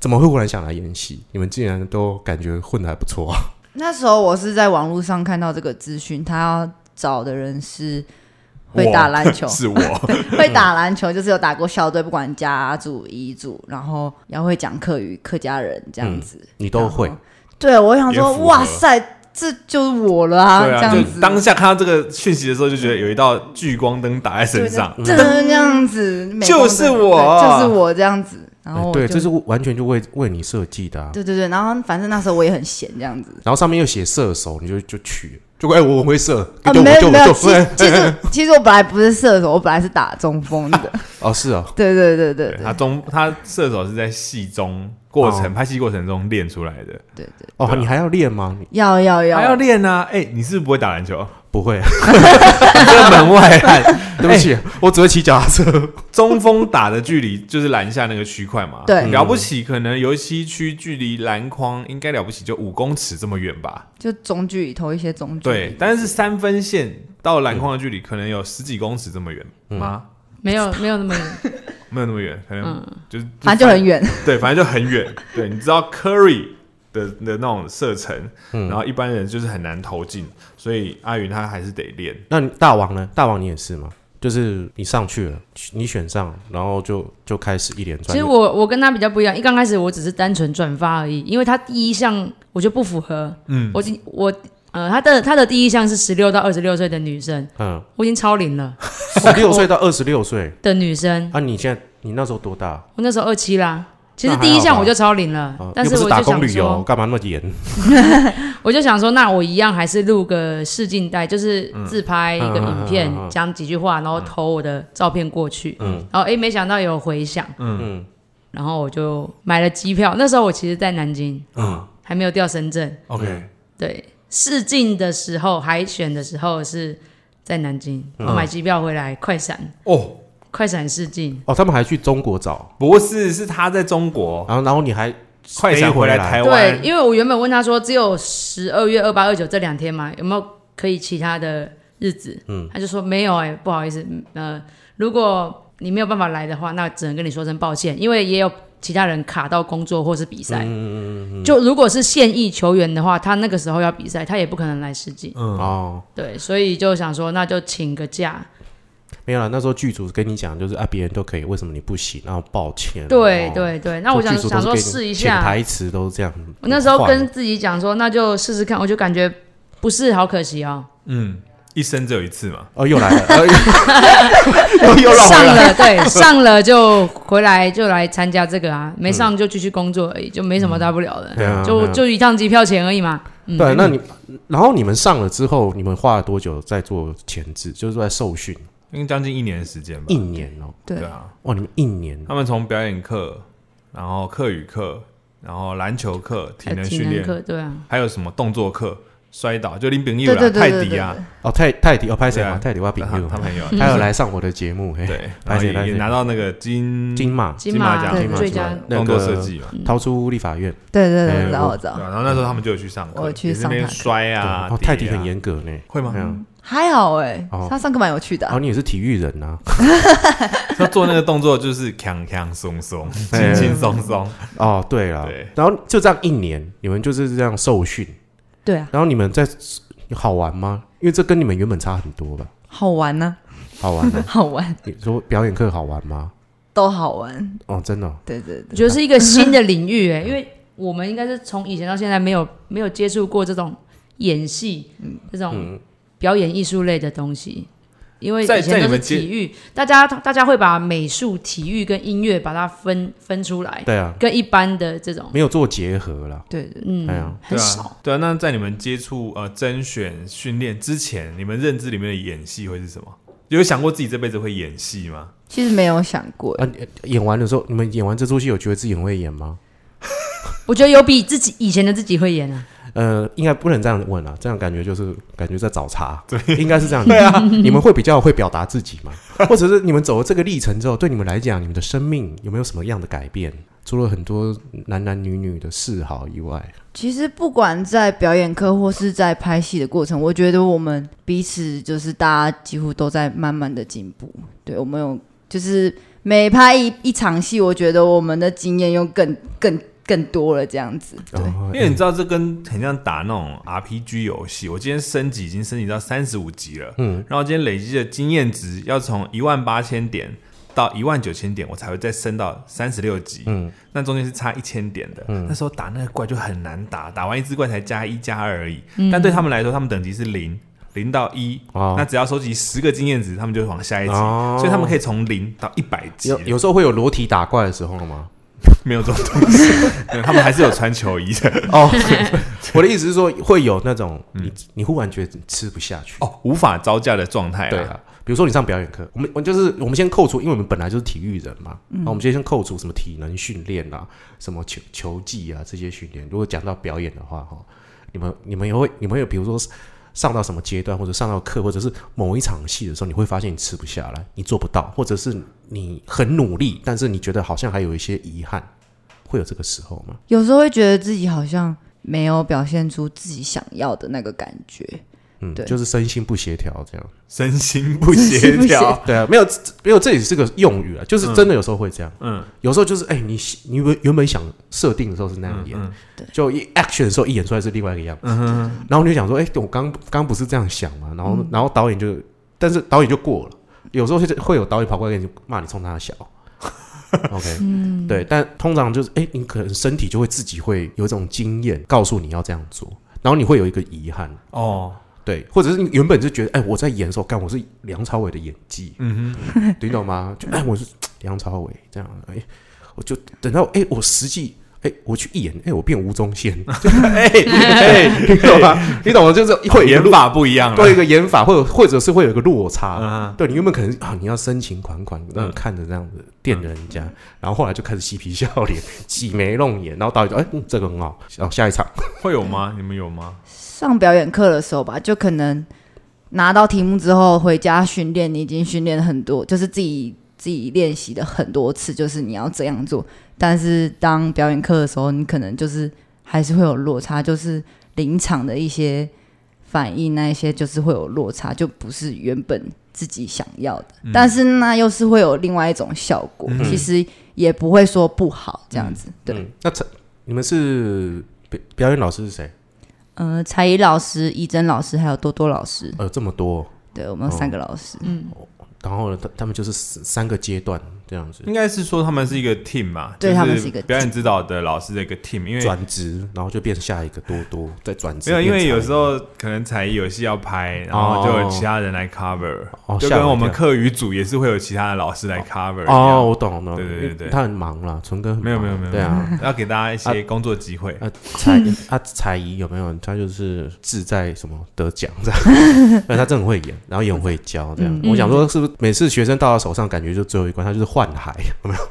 [SPEAKER 1] 怎么会忽然想来演戏？你们竟然都感觉混的还不错啊！
[SPEAKER 2] 那时候我是在网络上看到这个资讯，他要找的人是会
[SPEAKER 4] 我
[SPEAKER 2] 打篮球，
[SPEAKER 4] 是我，
[SPEAKER 2] 会打篮球，就是有打过校队，不管家族、彝族，然后要会讲客语、客家人这样
[SPEAKER 4] 嗯
[SPEAKER 2] 子，
[SPEAKER 1] 你都会
[SPEAKER 2] 然后。对，我想
[SPEAKER 4] 也
[SPEAKER 2] 说
[SPEAKER 4] 符，合
[SPEAKER 2] 哇塞，这就是我了啊，
[SPEAKER 4] 对
[SPEAKER 2] 这
[SPEAKER 4] 啊，
[SPEAKER 2] 样
[SPEAKER 4] 就
[SPEAKER 2] 子，
[SPEAKER 4] 当下看到这个讯息的时候，就觉得有一道聚光灯打在身上。
[SPEAKER 2] 真的这样子，美光
[SPEAKER 4] 就是
[SPEAKER 2] 灯
[SPEAKER 4] 我
[SPEAKER 2] 对就是我这样子。然后
[SPEAKER 1] 哎
[SPEAKER 2] 我
[SPEAKER 1] 对，
[SPEAKER 2] 就
[SPEAKER 1] 这是完全就为为你设计的啊。
[SPEAKER 2] 对对对，然后反正那时候我也很闲这样子。
[SPEAKER 1] 然后上面又写射手，你就就取，就哎，我很会射，
[SPEAKER 2] 啊，
[SPEAKER 1] 对
[SPEAKER 2] 没
[SPEAKER 1] 我
[SPEAKER 2] 有
[SPEAKER 1] 就
[SPEAKER 2] 没
[SPEAKER 1] 我哎就
[SPEAKER 2] 有，其实其实其实我本来不是射手，我本来是打中 锋的。
[SPEAKER 1] 哦，是哦，
[SPEAKER 2] 对对对对
[SPEAKER 4] 对
[SPEAKER 2] 对
[SPEAKER 4] 他中他射手是在戏中过程、
[SPEAKER 1] 哦
[SPEAKER 4] 拍戏过程中练出来的，
[SPEAKER 2] 对对，
[SPEAKER 1] 哦，
[SPEAKER 4] 对啊
[SPEAKER 1] 你还要练吗？你
[SPEAKER 2] 要要要，
[SPEAKER 4] 还要练啊！哎、你是不是不会打篮球？
[SPEAKER 1] 不会，啊
[SPEAKER 4] 你这个门外汉，
[SPEAKER 1] 对不起，我只会骑脚踏车。
[SPEAKER 4] 中锋打的距离就是篮下那个区块嘛。
[SPEAKER 2] 对
[SPEAKER 4] 了不起，可能游戏区距离篮筐应该了不起就五公尺这么远吧。
[SPEAKER 2] 就中距里投一些中距。
[SPEAKER 4] 对，，但是三分线到篮筐的距离可能有十几公尺这么远吗？
[SPEAKER 3] 没有没有那么远，
[SPEAKER 4] 没有那么远，可能
[SPEAKER 3] 嗯，
[SPEAKER 4] 就是
[SPEAKER 2] 反正就很远。
[SPEAKER 4] 对，反正就很 远。对，你知道 Curry 的的那种射程，然后一般人就是很难投进，所以阿云他还是得练。
[SPEAKER 1] 那你大王呢？大王你也是吗？就是你上去了，你选上，然后就就开始一连
[SPEAKER 3] 其
[SPEAKER 1] 串。
[SPEAKER 3] 实我我跟他比较不一样，一刚开始我只是单纯转发而已，因为他第一项我就不符合，
[SPEAKER 4] 嗯，
[SPEAKER 3] 我已经我呃他的他的第一项是十六到二十六岁的女生，
[SPEAKER 1] 嗯，
[SPEAKER 3] 我已经超龄了
[SPEAKER 1] 十六岁到二十六岁
[SPEAKER 3] 的女生，
[SPEAKER 1] 啊，你现在你那时候多大？
[SPEAKER 3] 我那时候二七啦。其实
[SPEAKER 1] 那还好吧
[SPEAKER 3] 第一项我就超龄了，
[SPEAKER 1] 啊，
[SPEAKER 3] 但
[SPEAKER 1] 又不
[SPEAKER 3] 我
[SPEAKER 1] 是打
[SPEAKER 3] 就
[SPEAKER 1] 工
[SPEAKER 3] 想
[SPEAKER 1] 旅游，
[SPEAKER 3] 说，
[SPEAKER 1] 干嘛那么严？
[SPEAKER 3] 我就想说，那我一样还是录个试镜带，就是自拍一个
[SPEAKER 1] 嗯嗯嗯
[SPEAKER 3] 影片
[SPEAKER 1] 嗯嗯嗯，
[SPEAKER 3] 讲几句话，然后投我的照片过去。
[SPEAKER 1] 嗯
[SPEAKER 3] 然后诶，没想到有回响，
[SPEAKER 1] 嗯
[SPEAKER 3] 然后我就买了机票。那时候我其实在南京，
[SPEAKER 1] 嗯
[SPEAKER 3] 还没有调深圳。
[SPEAKER 4] OK，
[SPEAKER 3] 对，试镜的时候、海选的时候是在南京，
[SPEAKER 4] 嗯
[SPEAKER 3] 我买机票回来快闪，
[SPEAKER 4] 哦，
[SPEAKER 3] 快闪试镜。
[SPEAKER 1] 哦，他们还去中国找，
[SPEAKER 4] 不是，是他在中国
[SPEAKER 1] 然后然后你还
[SPEAKER 4] 快闪
[SPEAKER 1] stay
[SPEAKER 4] 回
[SPEAKER 1] 回
[SPEAKER 4] 来台
[SPEAKER 3] 对
[SPEAKER 4] 湾，，
[SPEAKER 3] 因为我原本问他说，只有十二月二八、二九这两天嘛，有没有可以其他的日子？嗯，他就说没有哎、不好意思，嗯呃，如果你没有办法来的话，那只能跟你说声抱歉，因为也有其他人卡到工作或是比
[SPEAKER 4] 嗯
[SPEAKER 3] 赛。就如果是现役球员的话，他那个时候要比赛，他也不可能来试镜。
[SPEAKER 4] 嗯，
[SPEAKER 1] 哦，
[SPEAKER 3] 对，所以就想说，那就请个假。
[SPEAKER 1] 没有了。那时候剧组跟你讲，就是啊，别人都可以，为什么你不行？然后抱歉。
[SPEAKER 3] 对
[SPEAKER 1] 哦，
[SPEAKER 3] 对对，那我
[SPEAKER 1] 就
[SPEAKER 3] 想
[SPEAKER 1] 剧组都
[SPEAKER 3] 想
[SPEAKER 1] 是
[SPEAKER 3] 说
[SPEAKER 1] 给你
[SPEAKER 3] 试一
[SPEAKER 1] 潜
[SPEAKER 3] 下。
[SPEAKER 1] 台词都这样。
[SPEAKER 3] 我那时候
[SPEAKER 1] 很坏
[SPEAKER 3] 跟自己讲说，那就试试看，我就感觉不是好可惜哦，
[SPEAKER 4] 嗯，一生只有一次嘛，
[SPEAKER 1] 哦又来了，呃又 又绕回
[SPEAKER 3] 上
[SPEAKER 1] 来。
[SPEAKER 3] 了对， 上了就回来就来参加这个啊，没上就继续工作而已，就没什么大不了的，
[SPEAKER 1] 嗯对啊
[SPEAKER 3] 就
[SPEAKER 1] 对啊
[SPEAKER 3] 就一趟机票钱而已嘛。嗯，
[SPEAKER 1] 对，那你然后你们上了之后，你们花了多久在做前置？就是在受训
[SPEAKER 4] 应该将近一年的时间吧。
[SPEAKER 1] 一年哦，
[SPEAKER 2] 对
[SPEAKER 4] 对，啊，
[SPEAKER 1] 哇，你们一年
[SPEAKER 4] 他们从表演课，然后课语课，然后篮球课、体
[SPEAKER 3] 还有
[SPEAKER 4] 能
[SPEAKER 3] 体
[SPEAKER 4] 训
[SPEAKER 3] 能
[SPEAKER 4] 练，
[SPEAKER 3] 课对啊，
[SPEAKER 4] 还有什么动作课、摔倒，就林炳佑
[SPEAKER 2] 对
[SPEAKER 4] 啦、
[SPEAKER 2] 对对
[SPEAKER 4] 泰
[SPEAKER 2] 对
[SPEAKER 4] 迪
[SPEAKER 2] 对
[SPEAKER 4] 啊，
[SPEAKER 1] 哦，泰泰迪哦，拍谁
[SPEAKER 4] 对
[SPEAKER 1] 啊？
[SPEAKER 4] 啊
[SPEAKER 1] 泰迪我比
[SPEAKER 4] 他
[SPEAKER 1] 友，
[SPEAKER 4] 他朋友啊，
[SPEAKER 1] 他有来上我的节目，嘿，
[SPEAKER 4] 对，然
[SPEAKER 1] 拍
[SPEAKER 4] 后
[SPEAKER 1] 谁
[SPEAKER 4] 也
[SPEAKER 1] 拍谁
[SPEAKER 4] 也拿到那个金
[SPEAKER 1] 金马
[SPEAKER 3] 金
[SPEAKER 4] 马
[SPEAKER 3] 马
[SPEAKER 4] 奖
[SPEAKER 3] 对
[SPEAKER 1] 金马
[SPEAKER 3] 最
[SPEAKER 1] 奖
[SPEAKER 3] 佳
[SPEAKER 4] 动作设计嘛。
[SPEAKER 1] 逃出立法院，
[SPEAKER 2] 对对对，
[SPEAKER 1] 哎
[SPEAKER 2] 我知道我知
[SPEAKER 4] 对啊
[SPEAKER 2] 道，
[SPEAKER 4] 然后那时候他们就有去上课，
[SPEAKER 2] 我去
[SPEAKER 4] 也是那边
[SPEAKER 2] 上他课
[SPEAKER 4] 摔
[SPEAKER 1] 对
[SPEAKER 4] 啊，
[SPEAKER 1] 哦，泰迪
[SPEAKER 4] 跌啊
[SPEAKER 1] 很，严格呢，
[SPEAKER 4] 会吗？
[SPEAKER 1] 嗯，
[SPEAKER 2] 还好哎
[SPEAKER 1] 哦，
[SPEAKER 2] 他上课蛮有趣的
[SPEAKER 1] 然
[SPEAKER 2] 啊
[SPEAKER 1] 后。你也是体育人啊呐，
[SPEAKER 4] 他做那个动作就是锵锵松 松，轻轻松松，
[SPEAKER 1] 哦，对了
[SPEAKER 4] 对，
[SPEAKER 1] 然后就这样一年，你们就是这样受训，
[SPEAKER 2] 对啊，
[SPEAKER 1] 然后你们在好玩吗？因为这跟你们原本差很多吧？
[SPEAKER 2] 好玩啊呢、？
[SPEAKER 1] 好玩吗
[SPEAKER 2] 好玩，
[SPEAKER 1] 你说表演课好玩吗？
[SPEAKER 2] 都好玩。
[SPEAKER 1] 哦，真的哦、
[SPEAKER 2] 对对对，
[SPEAKER 3] 我觉得是一个新的领域、哎，因为我们应该是从以前到现在没有没有接触过这种演戏、
[SPEAKER 1] 嗯
[SPEAKER 3] 这种表演艺术类的东西，因为
[SPEAKER 4] 在
[SPEAKER 3] 以
[SPEAKER 4] 嗯在
[SPEAKER 3] 前
[SPEAKER 4] 你
[SPEAKER 3] 都是
[SPEAKER 4] 们接
[SPEAKER 3] 体育，大家大家会把美术、体育跟音乐把它分分出来，
[SPEAKER 1] 对啊，
[SPEAKER 3] 跟一般的这种，
[SPEAKER 1] 没有做结合啦。
[SPEAKER 2] 对对，
[SPEAKER 3] 嗯，
[SPEAKER 1] 哎呀
[SPEAKER 3] 很
[SPEAKER 4] 对
[SPEAKER 3] 少。
[SPEAKER 4] 啊，对啊。那在你们接触呃甄选训练之前，你们认知里面的演戏会是什么？有想过自己这辈子会演戏吗？
[SPEAKER 2] 其实没有想过，
[SPEAKER 1] 啊，你演完的时候，你们演完这出戏，有觉得自己很会演吗？
[SPEAKER 3] 我觉得有比自己以前的自己会演啊，
[SPEAKER 1] 呃，应该不能这样问啊，这样感觉就是感觉在找茬，应该是这样。对啊，你们会比较会表达自己吗？或者是你们走了这个历程之后，对你们来讲，你们的生命有没有什么样的改变？除了很多男男女女的嗜好以外，
[SPEAKER 2] 其实不管在表演课或是在拍戏的过程，我觉得我们彼此就是大家几乎都在慢慢的进步。对我们有就是每拍一一场戏，我觉得我们的经验又更更更多了这样子。对，
[SPEAKER 1] 哦
[SPEAKER 4] 因为你知道这跟很像打那种 RPG 游戏，我今天升级已经升级到三十五级了，嗯，然后今天累积的经验值要从一万八千点到一万九千点，我才会再升到三十六级，嗯，那中间是差一千点的，那时候打那个怪就很难打，打完一只怪才加一加二而已，
[SPEAKER 3] 嗯
[SPEAKER 4] 但对他们来说，他们等级是零。零到一、
[SPEAKER 1] 哦
[SPEAKER 4] 那只要收集十个经验值，他们就往下一级，
[SPEAKER 1] 哦
[SPEAKER 4] 所以他们可以从零到一百级
[SPEAKER 1] 有
[SPEAKER 4] 了，
[SPEAKER 1] 有时候会有裸体打怪的时候了吗？
[SPEAKER 4] 没有这种东西，没有他们还是有穿球衣的
[SPEAKER 1] 哦，我的意思是说，会有那种你你忽然觉得吃不下去。
[SPEAKER 4] 哦，无法招架的状态啦
[SPEAKER 1] 对啊，比如说你上表演课，我们我就是我们先扣除，因为我们本来就是体育人嘛，那、我们先先扣除什么体能训练啊，什么球球技啊这些训练。如果讲到表演的话，哈，你们你们也会你们有比如说上到什么阶段，或者上到课，或者是某一场戏的时候，你会发现你吃不下来，你做不到，或者是你很努力，但是你觉得好像还有一些遗憾，会有这个时候吗？
[SPEAKER 2] 有时候会觉得自己好像没有表现出自己想要的那个感觉。
[SPEAKER 1] 嗯，
[SPEAKER 2] 对
[SPEAKER 1] 就是身心不协调这样。
[SPEAKER 4] 身心不
[SPEAKER 2] 身
[SPEAKER 4] 协
[SPEAKER 2] 心不协
[SPEAKER 4] 调
[SPEAKER 2] 调。
[SPEAKER 1] 对啊，没有这没有，这也是个用语啊，就是真的有时候会这样。
[SPEAKER 4] 嗯，
[SPEAKER 1] 有时候就是哎、你你原原本想设定的时候是那样演，
[SPEAKER 4] 嗯
[SPEAKER 1] 就一 action 的时候一演出来是另外一个样子。然后你就想说，哎、我刚刚不是这样想嘛？然后、
[SPEAKER 4] 嗯
[SPEAKER 1] 然后导演就，但是导演就过了。有时候会会有导演跑过来跟你骂你冲他 小。OK，、对，但通常就是，哎、你可能身体就会自己会有一种经验，告诉你要这样做，然后你会有一个遗憾，
[SPEAKER 4] 哦，
[SPEAKER 1] 对，或者是你原本就觉得，哎、我在演的时候，干我是梁朝伟的演技，
[SPEAKER 4] 嗯
[SPEAKER 1] 你懂吗？就哎，我是梁朝伟这样，哎，我就等到哎，我实际哎，我去一演，哎，我变吴宗宪，就哎 哎，你懂吗？你懂吗？就是
[SPEAKER 4] 哼，
[SPEAKER 1] 会有一
[SPEAKER 4] 演
[SPEAKER 1] 个落，
[SPEAKER 4] 法不一样了。
[SPEAKER 1] 对一个演法，或者或者是会有一个落差。
[SPEAKER 4] 嗯，
[SPEAKER 1] 对你原本可能啊，你要深情款款，让人看着这样子电人家，然后后来就开始嬉皮笑脸、挤眉弄眼，然后导演就哎、嗯这个很好，然后下一场
[SPEAKER 4] 会有吗？你们有吗？
[SPEAKER 2] 上表演课的时候吧，就可能拿到题目之后回家训练，你已经训练很多，就是自己自己练习的很多次，就是你要这样做。但是当表演课的时候，你可能就是还是会有落差，就是临场的一些反应，那一些就是会有落差，就不是原本自己想要的。但是那又是会有另外一种效果，
[SPEAKER 4] 嗯
[SPEAKER 2] 其实也不会说不好这样子。对，
[SPEAKER 1] 嗯那陈你们是表表演老师是谁？
[SPEAKER 2] 呃，才艺老师、怡珍老师还有多多老师，
[SPEAKER 1] 呃，这么多，
[SPEAKER 2] 对我们有
[SPEAKER 4] 哦
[SPEAKER 2] 三个老师。
[SPEAKER 3] 嗯
[SPEAKER 1] 然后呢，他他们就是三三个阶段这样子。
[SPEAKER 4] 应该是说他们是一个 team 嘛，
[SPEAKER 2] 对
[SPEAKER 4] 就
[SPEAKER 2] 他们是一个 team
[SPEAKER 4] 表演指导的老师的一个 team，因为。
[SPEAKER 1] 转职，然后就变下一个多多，再转职。
[SPEAKER 4] 没有，因
[SPEAKER 1] 变
[SPEAKER 4] 为
[SPEAKER 1] 才
[SPEAKER 4] 有时候可能才艺有戏要拍，然后就有其他人来 cover，、
[SPEAKER 1] 哦
[SPEAKER 4] 就
[SPEAKER 1] 吓我一
[SPEAKER 4] 跟
[SPEAKER 1] 跳
[SPEAKER 4] 我们课余组也是会有其他的老师来 cover 一样
[SPEAKER 1] 哦，，我懂了，
[SPEAKER 4] 对对对
[SPEAKER 1] 因为
[SPEAKER 4] 对
[SPEAKER 1] 他很忙啦，纯哥很忙
[SPEAKER 4] 没有没有没有，
[SPEAKER 1] 对啊，，
[SPEAKER 4] 要给大家一些工作机会。
[SPEAKER 1] 啊 才啊才艺有没有？他就是志在什么得奖这 样，但他真的很会演，然后也很会教这样。
[SPEAKER 3] 嗯
[SPEAKER 1] 我想说，是不是每次学生到他手上，感觉就最后一关，他就是幻 海有没有？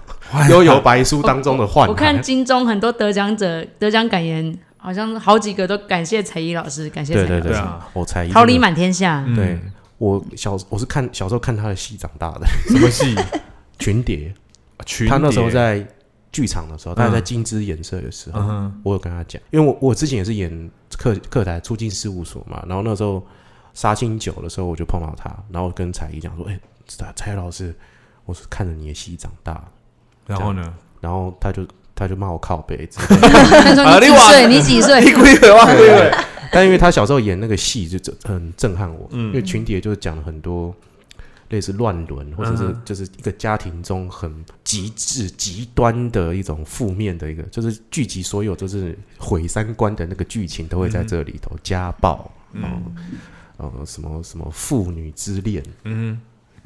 [SPEAKER 1] 悠游白书当中的幻
[SPEAKER 3] 我看
[SPEAKER 1] 海，
[SPEAKER 3] 金钟很多得奖者得奖感言，好像好几个都感谢才艺老师，感谢才
[SPEAKER 1] 对
[SPEAKER 3] 艺老
[SPEAKER 1] 对对
[SPEAKER 3] 师，
[SPEAKER 4] 对啊，
[SPEAKER 1] 我才艺
[SPEAKER 3] 桃
[SPEAKER 1] 真
[SPEAKER 3] 李
[SPEAKER 1] 的
[SPEAKER 3] 满天下。
[SPEAKER 4] 嗯
[SPEAKER 1] 对。我小我是看小时候看他的戏长大的，
[SPEAKER 4] 什么 戏？
[SPEAKER 1] 群蝶，
[SPEAKER 4] 群
[SPEAKER 1] 他那时候
[SPEAKER 4] 蝶，
[SPEAKER 1] 在剧场的时候，他
[SPEAKER 4] 嗯
[SPEAKER 1] 在金枝演社的时候，
[SPEAKER 4] 嗯哼，
[SPEAKER 1] 我有跟他讲，因为我我之前也是演客客台促进事务所嘛，然后那时候杀青酒的时候我就碰到他，然后跟彩怡讲说，哎、彩彩老师，我是看着你的戏长大，
[SPEAKER 4] 然后呢？
[SPEAKER 1] 然后他就他就骂我靠背，
[SPEAKER 4] 啊
[SPEAKER 3] 他说你几岁？你几岁？
[SPEAKER 4] 鬼鬼
[SPEAKER 1] 对但因为他小时候演那个戏就震很震撼我，
[SPEAKER 4] 嗯
[SPEAKER 1] 因为群体也就是讲了很多类似乱伦，或者是
[SPEAKER 4] 嗯
[SPEAKER 1] 就是一个家庭中很极致极端的一种负面的一个，就是聚集所有就是毁三观的那个剧情都会在这里头，家暴，嗯，呃，什么什么父女之恋
[SPEAKER 4] 嗯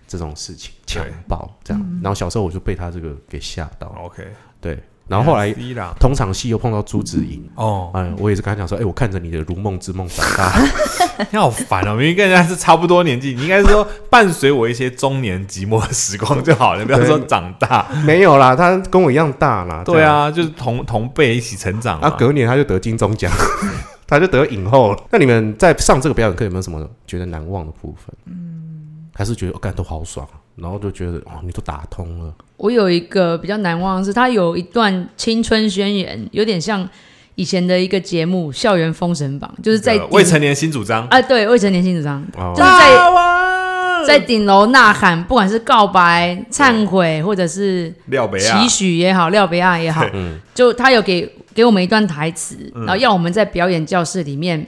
[SPEAKER 1] 这种事情，
[SPEAKER 4] 对
[SPEAKER 1] 强暴这样。然后小时候我就被他这个给吓到，
[SPEAKER 4] ，OK。
[SPEAKER 1] 对，然后后来。
[SPEAKER 4] 伊朗
[SPEAKER 1] 同场戏又碰到朱子莹，
[SPEAKER 4] 哦，
[SPEAKER 1] 哎，我也是跟他讲说，哎，我看着你的《如梦之梦》长大，
[SPEAKER 4] 你好烦哦！明明跟人家是差不多年纪，你应该是说伴随我一些中年寂寞的时光就好了，不要说长大。
[SPEAKER 1] 没有啦，他跟我一样大啦。
[SPEAKER 4] 对
[SPEAKER 1] 这样，
[SPEAKER 4] 啊，就是同同辈一起成长嘛。
[SPEAKER 1] 啊，隔年他就得金钟奖， 他就得影后了。那你们在上这个表演课有没有什么觉得难忘的部分？嗯，还是觉得哦干、都好爽，然后就觉得哦，你都打通了，
[SPEAKER 3] 我有一个比较难忘的是，他有一段青春宣言，有点像以前的一个节目《校园封神榜》，就是在
[SPEAKER 4] 对啊未成年新主张，
[SPEAKER 3] 啊，对未成年性主张，
[SPEAKER 1] 哦
[SPEAKER 3] 就是在
[SPEAKER 4] 哇
[SPEAKER 3] 在顶楼呐喊，不管是告白、忏悔，或者是
[SPEAKER 4] 廖北啊亚
[SPEAKER 3] 期许也好，廖北亚也 好，
[SPEAKER 4] 嗯
[SPEAKER 3] 就他有给给我们一段台词，然后要我们在表演教室里面，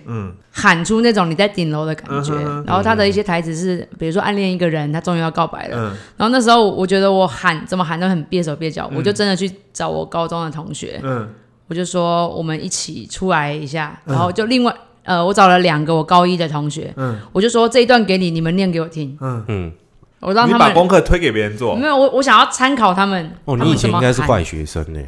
[SPEAKER 3] 喊出那种你在顶楼的感觉。
[SPEAKER 4] 嗯哼
[SPEAKER 3] 然后他的一些台词是，比如说暗恋一个人，他终于要告白了。
[SPEAKER 4] 嗯
[SPEAKER 3] 然后那时候我觉得我喊怎么喊都很蹩手蹩脚，
[SPEAKER 1] 嗯
[SPEAKER 3] 我就真的去找我高中的同学，
[SPEAKER 4] 嗯
[SPEAKER 3] 我就说我们一起出来一下，
[SPEAKER 1] 嗯
[SPEAKER 3] 然后就另外。呃，我找了两个我高一的同学，
[SPEAKER 4] 嗯
[SPEAKER 3] 我就说这一段给你，你们念给我听，
[SPEAKER 4] 嗯，
[SPEAKER 1] 嗯，
[SPEAKER 3] 我让
[SPEAKER 4] 你
[SPEAKER 3] 他
[SPEAKER 4] 把
[SPEAKER 3] 们嗯
[SPEAKER 4] 功课推给别人做
[SPEAKER 3] 没，有，我我想要参考他们。
[SPEAKER 1] 哦，你
[SPEAKER 3] 他们
[SPEAKER 1] 以前
[SPEAKER 3] 怎么
[SPEAKER 1] 应该是
[SPEAKER 3] 喊
[SPEAKER 1] 坏学生呢、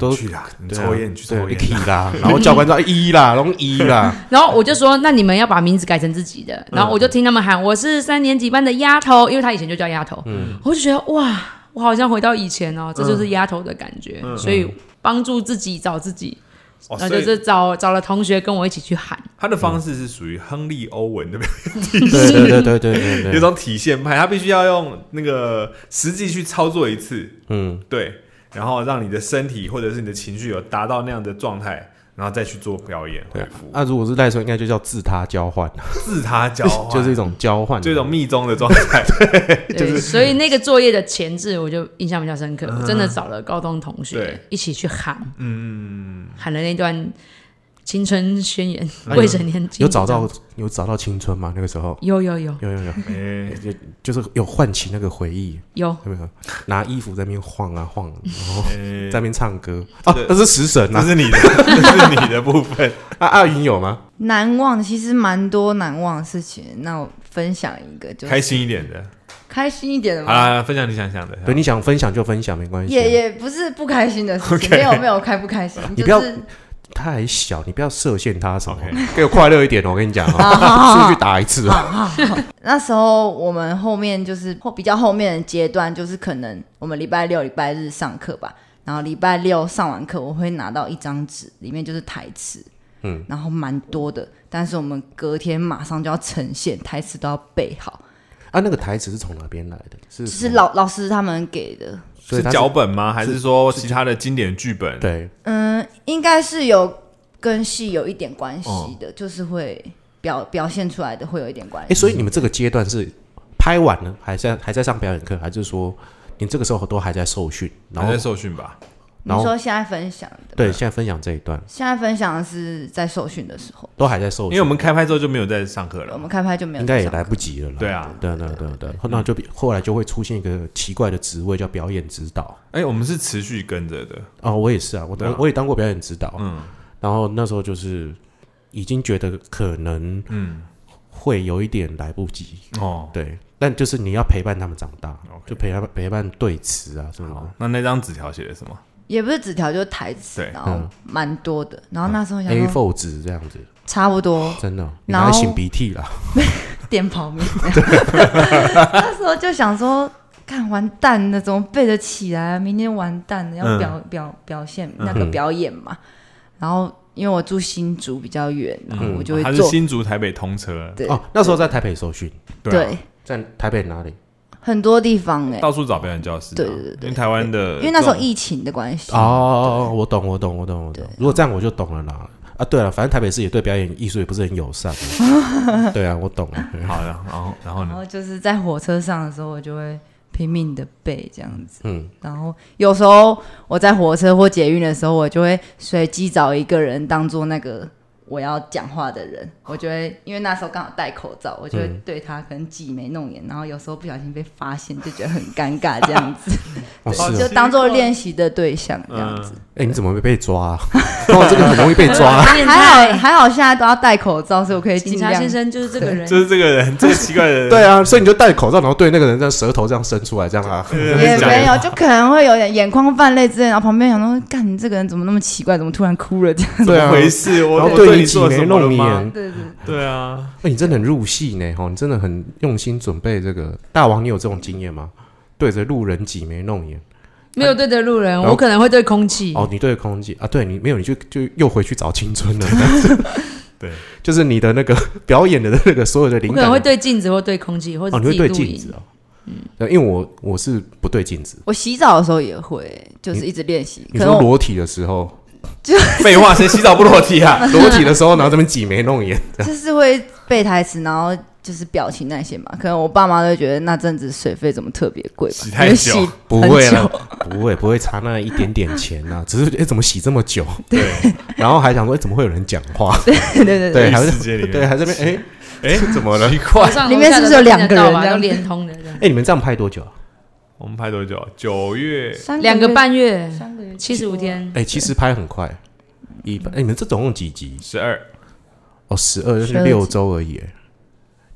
[SPEAKER 1] 都
[SPEAKER 4] 哎去啦，你抽烟你去抽
[SPEAKER 1] 对，你
[SPEAKER 4] 烟，
[SPEAKER 1] K 啦，然后教官说哎一啦，然后一 啦，
[SPEAKER 3] 然后我就说，那你们要把名字改成自己
[SPEAKER 1] 嗯
[SPEAKER 3] 的。然后我就听他们喊，我是三年级班的丫头，因为他以前就叫丫头。
[SPEAKER 1] 嗯
[SPEAKER 3] 我就觉得哇，我好像回到以前哦，这就是丫头的感觉。
[SPEAKER 1] 嗯
[SPEAKER 3] 所以帮助自己找自己，
[SPEAKER 4] 哦
[SPEAKER 3] 然后
[SPEAKER 4] 所
[SPEAKER 3] 就
[SPEAKER 4] 以
[SPEAKER 3] 是找找了同学跟我一起去 喊。
[SPEAKER 4] 他的方式是属于亨利·欧文的，
[SPEAKER 1] 对对对对对对
[SPEAKER 4] 有
[SPEAKER 1] 对，
[SPEAKER 4] 种体现派，他必须要用那个实际去操作一次，
[SPEAKER 1] 嗯，
[SPEAKER 4] 对，然后让你的身体或者是你的情绪有达到那样的状态，然后再去做表演恢
[SPEAKER 1] 对。
[SPEAKER 4] 复，
[SPEAKER 1] 啊那如果是赖说，应该就叫自他交换，
[SPEAKER 4] 自他交换，
[SPEAKER 1] 就是一种交换，
[SPEAKER 4] 就一种密宗的状态。
[SPEAKER 3] 对，所以那个作业的前置，我就印象比较深刻。
[SPEAKER 1] 嗯
[SPEAKER 3] 我真的找了高中同学
[SPEAKER 4] 对
[SPEAKER 3] 一起去喊，
[SPEAKER 4] 嗯，
[SPEAKER 3] 喊了那段青春宣言，
[SPEAKER 1] 哎
[SPEAKER 3] 未成年禁
[SPEAKER 1] 有
[SPEAKER 3] 止
[SPEAKER 1] 找到
[SPEAKER 3] 这样
[SPEAKER 1] 有找到青春吗？那个时候
[SPEAKER 3] 有有有
[SPEAKER 1] 有有有，
[SPEAKER 4] 哎，
[SPEAKER 1] 就是有唤起那个回忆，
[SPEAKER 3] 有，
[SPEAKER 1] 有没有？拿衣服在那边晃啊晃，然后
[SPEAKER 4] 哎
[SPEAKER 1] 在那边唱歌啊
[SPEAKER 4] 对，
[SPEAKER 1] 那是食神
[SPEAKER 4] 这
[SPEAKER 1] 啊！
[SPEAKER 4] 是 你的，这是你的部分。
[SPEAKER 1] 啊，阿云有吗？
[SPEAKER 2] 难忘其实蛮多难忘的事情，那我分享一个，就是
[SPEAKER 4] 开心一点的，
[SPEAKER 2] 开心一点的
[SPEAKER 4] 好
[SPEAKER 2] 嘛。
[SPEAKER 4] 啦，分享你想想的。
[SPEAKER 1] 对，你想分享就分享，没关系。啊
[SPEAKER 2] 也也不是不开心的事情
[SPEAKER 4] OK
[SPEAKER 2] 没有没有开不开心，
[SPEAKER 1] 你
[SPEAKER 2] 就
[SPEAKER 1] 不要
[SPEAKER 2] 是
[SPEAKER 1] 他还小，你不要设限他什么
[SPEAKER 4] OK
[SPEAKER 1] 给我快乐一点哦！我跟你讲
[SPEAKER 2] 好好好
[SPEAKER 1] 啊，出去打一 次啊！
[SPEAKER 2] 那时候我们后面就是后比较后面的阶段，就是可能我们礼拜六、礼拜日上课吧，然后礼拜六上完课，我会拿到一张纸，里面就是台词，嗯，然后蛮多的，但是我们隔天马上就要呈现，台词都要背好，
[SPEAKER 1] 啊，那个台词是从哪边来的？是
[SPEAKER 2] 就是老老师他们给的，
[SPEAKER 1] 所以
[SPEAKER 4] 是
[SPEAKER 1] 他
[SPEAKER 4] 脚本吗？还是说其他的经典剧本？，
[SPEAKER 1] 对
[SPEAKER 2] 嗯，应该是有跟戏有一点关系的，
[SPEAKER 1] 哦
[SPEAKER 2] 就是会表表现出来的会有一点关
[SPEAKER 1] 哎，
[SPEAKER 2] 系。
[SPEAKER 1] 所以你们这个阶段是拍完了，还在还在上表演课，还是说你这个时候都还在受训？然
[SPEAKER 4] 还
[SPEAKER 1] 后
[SPEAKER 4] 在受训吧。
[SPEAKER 2] 你
[SPEAKER 1] 然后
[SPEAKER 2] 说现在分享的，
[SPEAKER 1] 对，现在分享这一段
[SPEAKER 2] 现在分享的是在受训的时候，
[SPEAKER 1] 都还在受训，
[SPEAKER 4] 因为我们开拍之后就没有再上课
[SPEAKER 2] 我
[SPEAKER 4] 了。
[SPEAKER 2] 们开拍就没有
[SPEAKER 1] 应该也
[SPEAKER 2] 上课
[SPEAKER 1] 来不及了啦。
[SPEAKER 4] 对啊
[SPEAKER 1] 对对对对，后那就比后来就会出现一个奇怪的职位叫表演指导。
[SPEAKER 4] 哎，我们是持续跟着的。
[SPEAKER 1] 哦，我也是啊，我
[SPEAKER 4] 对啊
[SPEAKER 1] 当我也当过表演指导，啊
[SPEAKER 4] 嗯
[SPEAKER 1] 然后那时候就是已经觉得可能
[SPEAKER 4] 嗯，
[SPEAKER 1] 会有一点来不及，
[SPEAKER 4] 哦，
[SPEAKER 1] 对，但就是你要陪伴他们长大
[SPEAKER 4] OK
[SPEAKER 1] 就陪他们陪伴对词啊什么的。
[SPEAKER 4] 哦那那张纸条写的什么？
[SPEAKER 2] 也不是纸条，就是台词
[SPEAKER 4] 对，
[SPEAKER 2] 然后
[SPEAKER 1] 嗯
[SPEAKER 2] 蛮多的。然后那时候想
[SPEAKER 1] A
[SPEAKER 2] 说，
[SPEAKER 1] four 纸这样子，
[SPEAKER 2] 差不多
[SPEAKER 1] 真的哦，你
[SPEAKER 2] 然后
[SPEAKER 1] 还擤鼻涕啦，
[SPEAKER 2] 电泡 面。那时候就想说，看完蛋了，怎么背得起来啊？明天完蛋了，要
[SPEAKER 4] 嗯
[SPEAKER 2] 表表表现那个表演嘛。然后因为我住新竹比较远，然后我就
[SPEAKER 4] 他
[SPEAKER 2] 会
[SPEAKER 4] 哦是
[SPEAKER 2] 坐
[SPEAKER 4] 新竹台北通车，
[SPEAKER 2] 对
[SPEAKER 1] 哦，那时候在台北受训，
[SPEAKER 4] 啊
[SPEAKER 2] 对
[SPEAKER 1] 在台北哪里？
[SPEAKER 2] 很多地方哎，
[SPEAKER 4] 到处找表演教室嘛，
[SPEAKER 2] 对对对对
[SPEAKER 4] 因为台湾的，
[SPEAKER 2] 因为那时候疫情的关系
[SPEAKER 1] 哦，哦，哦我懂，我懂，我懂，我懂。如果这样我就懂了啦。啊，对了，反正台北市也对表演艺术也不是很友善。 对啊，我懂了。对
[SPEAKER 4] 好了，然后然后
[SPEAKER 2] 然
[SPEAKER 4] 呢，
[SPEAKER 2] 后就是在火车上的时候，我就会拼命的背这样子。
[SPEAKER 1] 嗯，
[SPEAKER 2] 然后有时候我在火车或捷运的时候，我就会随机找一个人当做那个我要讲话的人，我就会因为那时候刚好戴口罩，我就会
[SPEAKER 1] 嗯
[SPEAKER 2] 对他可能挤眉弄眼，然后有时候不小心被发现，就觉得很尴尬这样子，
[SPEAKER 1] 哦，是
[SPEAKER 4] 对
[SPEAKER 1] 哦
[SPEAKER 2] 就，当做练习的对象这样子。
[SPEAKER 1] 哎，你怎么会被抓 啊？哦，这个很容易被 抓。
[SPEAKER 3] 变态
[SPEAKER 2] 还好还好，现在都要戴口罩，所以我可以
[SPEAKER 3] 警
[SPEAKER 2] 尽
[SPEAKER 3] 察
[SPEAKER 2] 量
[SPEAKER 3] 先生就是这 个人，
[SPEAKER 4] 呃就是这个人，这 个奇怪 的人，
[SPEAKER 1] 对啊，所以你就戴口罩，然后对那个人这样舌头这样伸出来，这样啊，
[SPEAKER 4] 对
[SPEAKER 2] 也
[SPEAKER 4] 对对
[SPEAKER 2] 没有，就可能会有点眼眶泛泪之类，然后旁边想说，干你这个人怎么那么奇怪，怎么突然哭了这样？
[SPEAKER 1] 对
[SPEAKER 4] 怎
[SPEAKER 1] 啊
[SPEAKER 4] 么，回事？我
[SPEAKER 1] 然
[SPEAKER 4] 我
[SPEAKER 1] 后
[SPEAKER 4] 对
[SPEAKER 1] 你挤
[SPEAKER 4] 做了
[SPEAKER 1] 眉
[SPEAKER 4] 什么了
[SPEAKER 1] 弄
[SPEAKER 4] 吗？
[SPEAKER 1] 眼。
[SPEAKER 2] 对对，
[SPEAKER 4] 对啊，
[SPEAKER 1] 哎，你真的很入戏呢，哦哈，你真的很用心准备这个。大王，你有这种经验吗？对着路人挤眉弄眼，
[SPEAKER 3] 没有对着路人，
[SPEAKER 1] 然后
[SPEAKER 3] 我可能会对空气。
[SPEAKER 1] 哦哦，你对空气啊，对你没有，你就就又回去找青春了。
[SPEAKER 4] 对，
[SPEAKER 1] 就是你的那个表演的那个所有的灵
[SPEAKER 3] 我可能
[SPEAKER 1] 感
[SPEAKER 3] 会对镜子或对空气，或
[SPEAKER 1] 哦，
[SPEAKER 3] 者
[SPEAKER 1] 你
[SPEAKER 3] 自
[SPEAKER 1] 会
[SPEAKER 3] 己
[SPEAKER 1] 对
[SPEAKER 3] 录
[SPEAKER 1] 镜子
[SPEAKER 3] 影。
[SPEAKER 1] 哦。嗯，因为我我是不对镜子，
[SPEAKER 2] 我洗澡的时候也会，就是一直练习。
[SPEAKER 1] 你
[SPEAKER 2] 可
[SPEAKER 1] 说
[SPEAKER 2] 能我
[SPEAKER 1] 裸体的时候，
[SPEAKER 4] 废话，谁洗澡不裸体啊？
[SPEAKER 1] 裸体的时候，然后这边挤眉弄眼，
[SPEAKER 2] 就是会背台词，然后就是表情那些嘛。可能我爸妈都会觉得那阵子水费怎么特别贵吧，
[SPEAKER 4] 洗太
[SPEAKER 2] 因为
[SPEAKER 4] 久
[SPEAKER 2] 洗
[SPEAKER 1] 不
[SPEAKER 2] 很
[SPEAKER 1] 会啦
[SPEAKER 2] 久，
[SPEAKER 1] 不会不会差那一点点钱呐、只是哎、诶怎么洗这么久？对，然后还想说、诶怎么会有人讲话？
[SPEAKER 2] 对对对，
[SPEAKER 1] 对，
[SPEAKER 4] 异
[SPEAKER 1] 还
[SPEAKER 4] 世
[SPEAKER 1] 是
[SPEAKER 4] 界里面
[SPEAKER 1] 对，还这边哎
[SPEAKER 4] 哎，
[SPEAKER 1] 怎么了？
[SPEAKER 4] 奇
[SPEAKER 3] 楼
[SPEAKER 4] 怪，
[SPEAKER 3] 上
[SPEAKER 2] 里面
[SPEAKER 3] 楼下
[SPEAKER 2] 是不是
[SPEAKER 3] 的都
[SPEAKER 2] 有两个
[SPEAKER 3] 看得到
[SPEAKER 2] 人啊
[SPEAKER 3] 吧
[SPEAKER 2] 这
[SPEAKER 3] 都
[SPEAKER 2] 样
[SPEAKER 3] 连通的这样
[SPEAKER 1] 哎、？你们这样拍多久啊？
[SPEAKER 4] 我们拍多久？九月
[SPEAKER 2] 三
[SPEAKER 3] 两个
[SPEAKER 2] 月
[SPEAKER 3] 半月，
[SPEAKER 2] 三个月
[SPEAKER 3] 七十五天
[SPEAKER 1] 哎、，其实拍很快，一般哎、你们这总共几集？
[SPEAKER 4] 十二，
[SPEAKER 1] 哦，十二就是
[SPEAKER 2] 12
[SPEAKER 1] 六
[SPEAKER 2] 集
[SPEAKER 1] 周而已耶，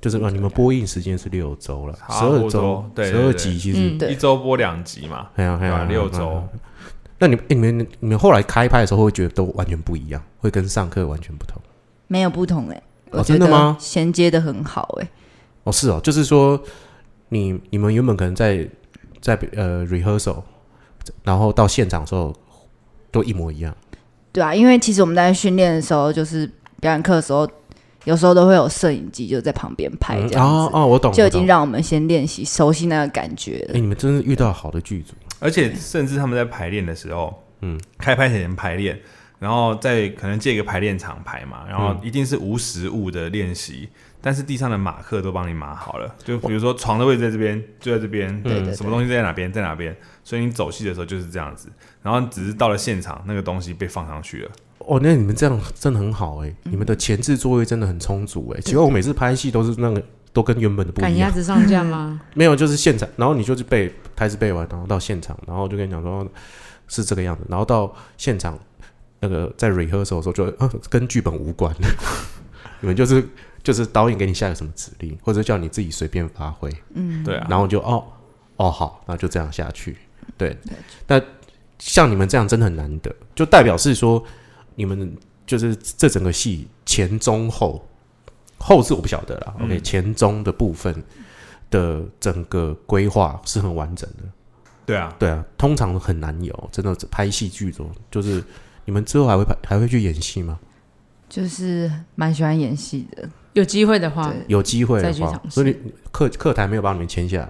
[SPEAKER 1] 就是啊，你们播映时间是六周了，十
[SPEAKER 4] 差
[SPEAKER 1] 二
[SPEAKER 4] 不
[SPEAKER 1] 周
[SPEAKER 4] 多，对
[SPEAKER 1] 十
[SPEAKER 4] 对
[SPEAKER 1] 二
[SPEAKER 4] 对
[SPEAKER 1] 集其实
[SPEAKER 3] 嗯，
[SPEAKER 2] 对
[SPEAKER 4] 一周播两集嘛，
[SPEAKER 1] 哎呀哎
[SPEAKER 4] 对
[SPEAKER 1] 呀
[SPEAKER 4] 吧，六周。
[SPEAKER 1] 那你们、哎你们你们后来开拍的时候，会觉得都完全不一样，会跟上课完全不同。
[SPEAKER 2] 没有不同哎、
[SPEAKER 1] 哦
[SPEAKER 2] 我觉
[SPEAKER 1] 真的
[SPEAKER 2] 得
[SPEAKER 1] 吗
[SPEAKER 2] 衔接的很好哎、
[SPEAKER 1] 哦，是哦，就是说你你们原本可能在在呃 rehearsal，然后到现场之后都一模一样。
[SPEAKER 2] 对啊，因为其实我们在训练的时候，就是表演课的时候，有时候都会有摄影机就在旁边拍
[SPEAKER 1] 嗯
[SPEAKER 2] 这样
[SPEAKER 1] 哦
[SPEAKER 2] 子，
[SPEAKER 1] 哦，我懂，
[SPEAKER 2] 就
[SPEAKER 1] 我
[SPEAKER 2] 已经
[SPEAKER 1] 懂。
[SPEAKER 2] 让我们先练习熟悉那个感觉
[SPEAKER 1] 哎、
[SPEAKER 2] 了。
[SPEAKER 1] 你们真是遇到好的剧组，
[SPEAKER 4] 而且甚至他们在排练的时候，嗯，开拍前排练，然后再可能借一个排练场排嘛，然后一定是无实物的练习，但是地上的马克都帮你码好了，就比如说床的位置在这边，就在这边，
[SPEAKER 2] 嗯对对
[SPEAKER 4] 什么东西在哪边，在哪边，所以你走戏的时候就是这样子，然后只是到了现场，那个东西被放上去了，
[SPEAKER 1] 哦，那你们这样真的很好哎、
[SPEAKER 3] 嗯
[SPEAKER 1] 你们的前置作业真的很充足哎、奇怪，我每次拍戏都是那个都跟原本的不
[SPEAKER 3] 赶
[SPEAKER 1] 一
[SPEAKER 3] 鸭
[SPEAKER 1] 样，
[SPEAKER 3] 子上架 吗？
[SPEAKER 1] 没有就是现场，然后你就是背台词背完，然后到现场，然后就跟你讲说哦是这个样子，然后到现场那个在 rehearsal 的时候就、 啊、跟剧本无关， 你们就是就是导演给你下个什么指令，或者叫你自己随便发挥，
[SPEAKER 2] 嗯
[SPEAKER 4] 对啊，
[SPEAKER 1] 然后你就哦哦好，那就这样下去。对，那像你们这样真的很难得，就代表是说你们就是这整个戏前中后，后是我不晓得啦。OK，前
[SPEAKER 3] 嗯
[SPEAKER 1] 中的部分的整个规划是很完整的。
[SPEAKER 4] 对啊，
[SPEAKER 1] 对啊，通常很难有，真的拍戏剧中就是你们之后还会拍还会去演戏吗？
[SPEAKER 2] 就是蛮喜欢演戏的，
[SPEAKER 3] 有机会的话，
[SPEAKER 1] 有机会的
[SPEAKER 3] 再去
[SPEAKER 1] 话
[SPEAKER 3] 尝，试
[SPEAKER 1] 所以你课课台没有把你们签下来。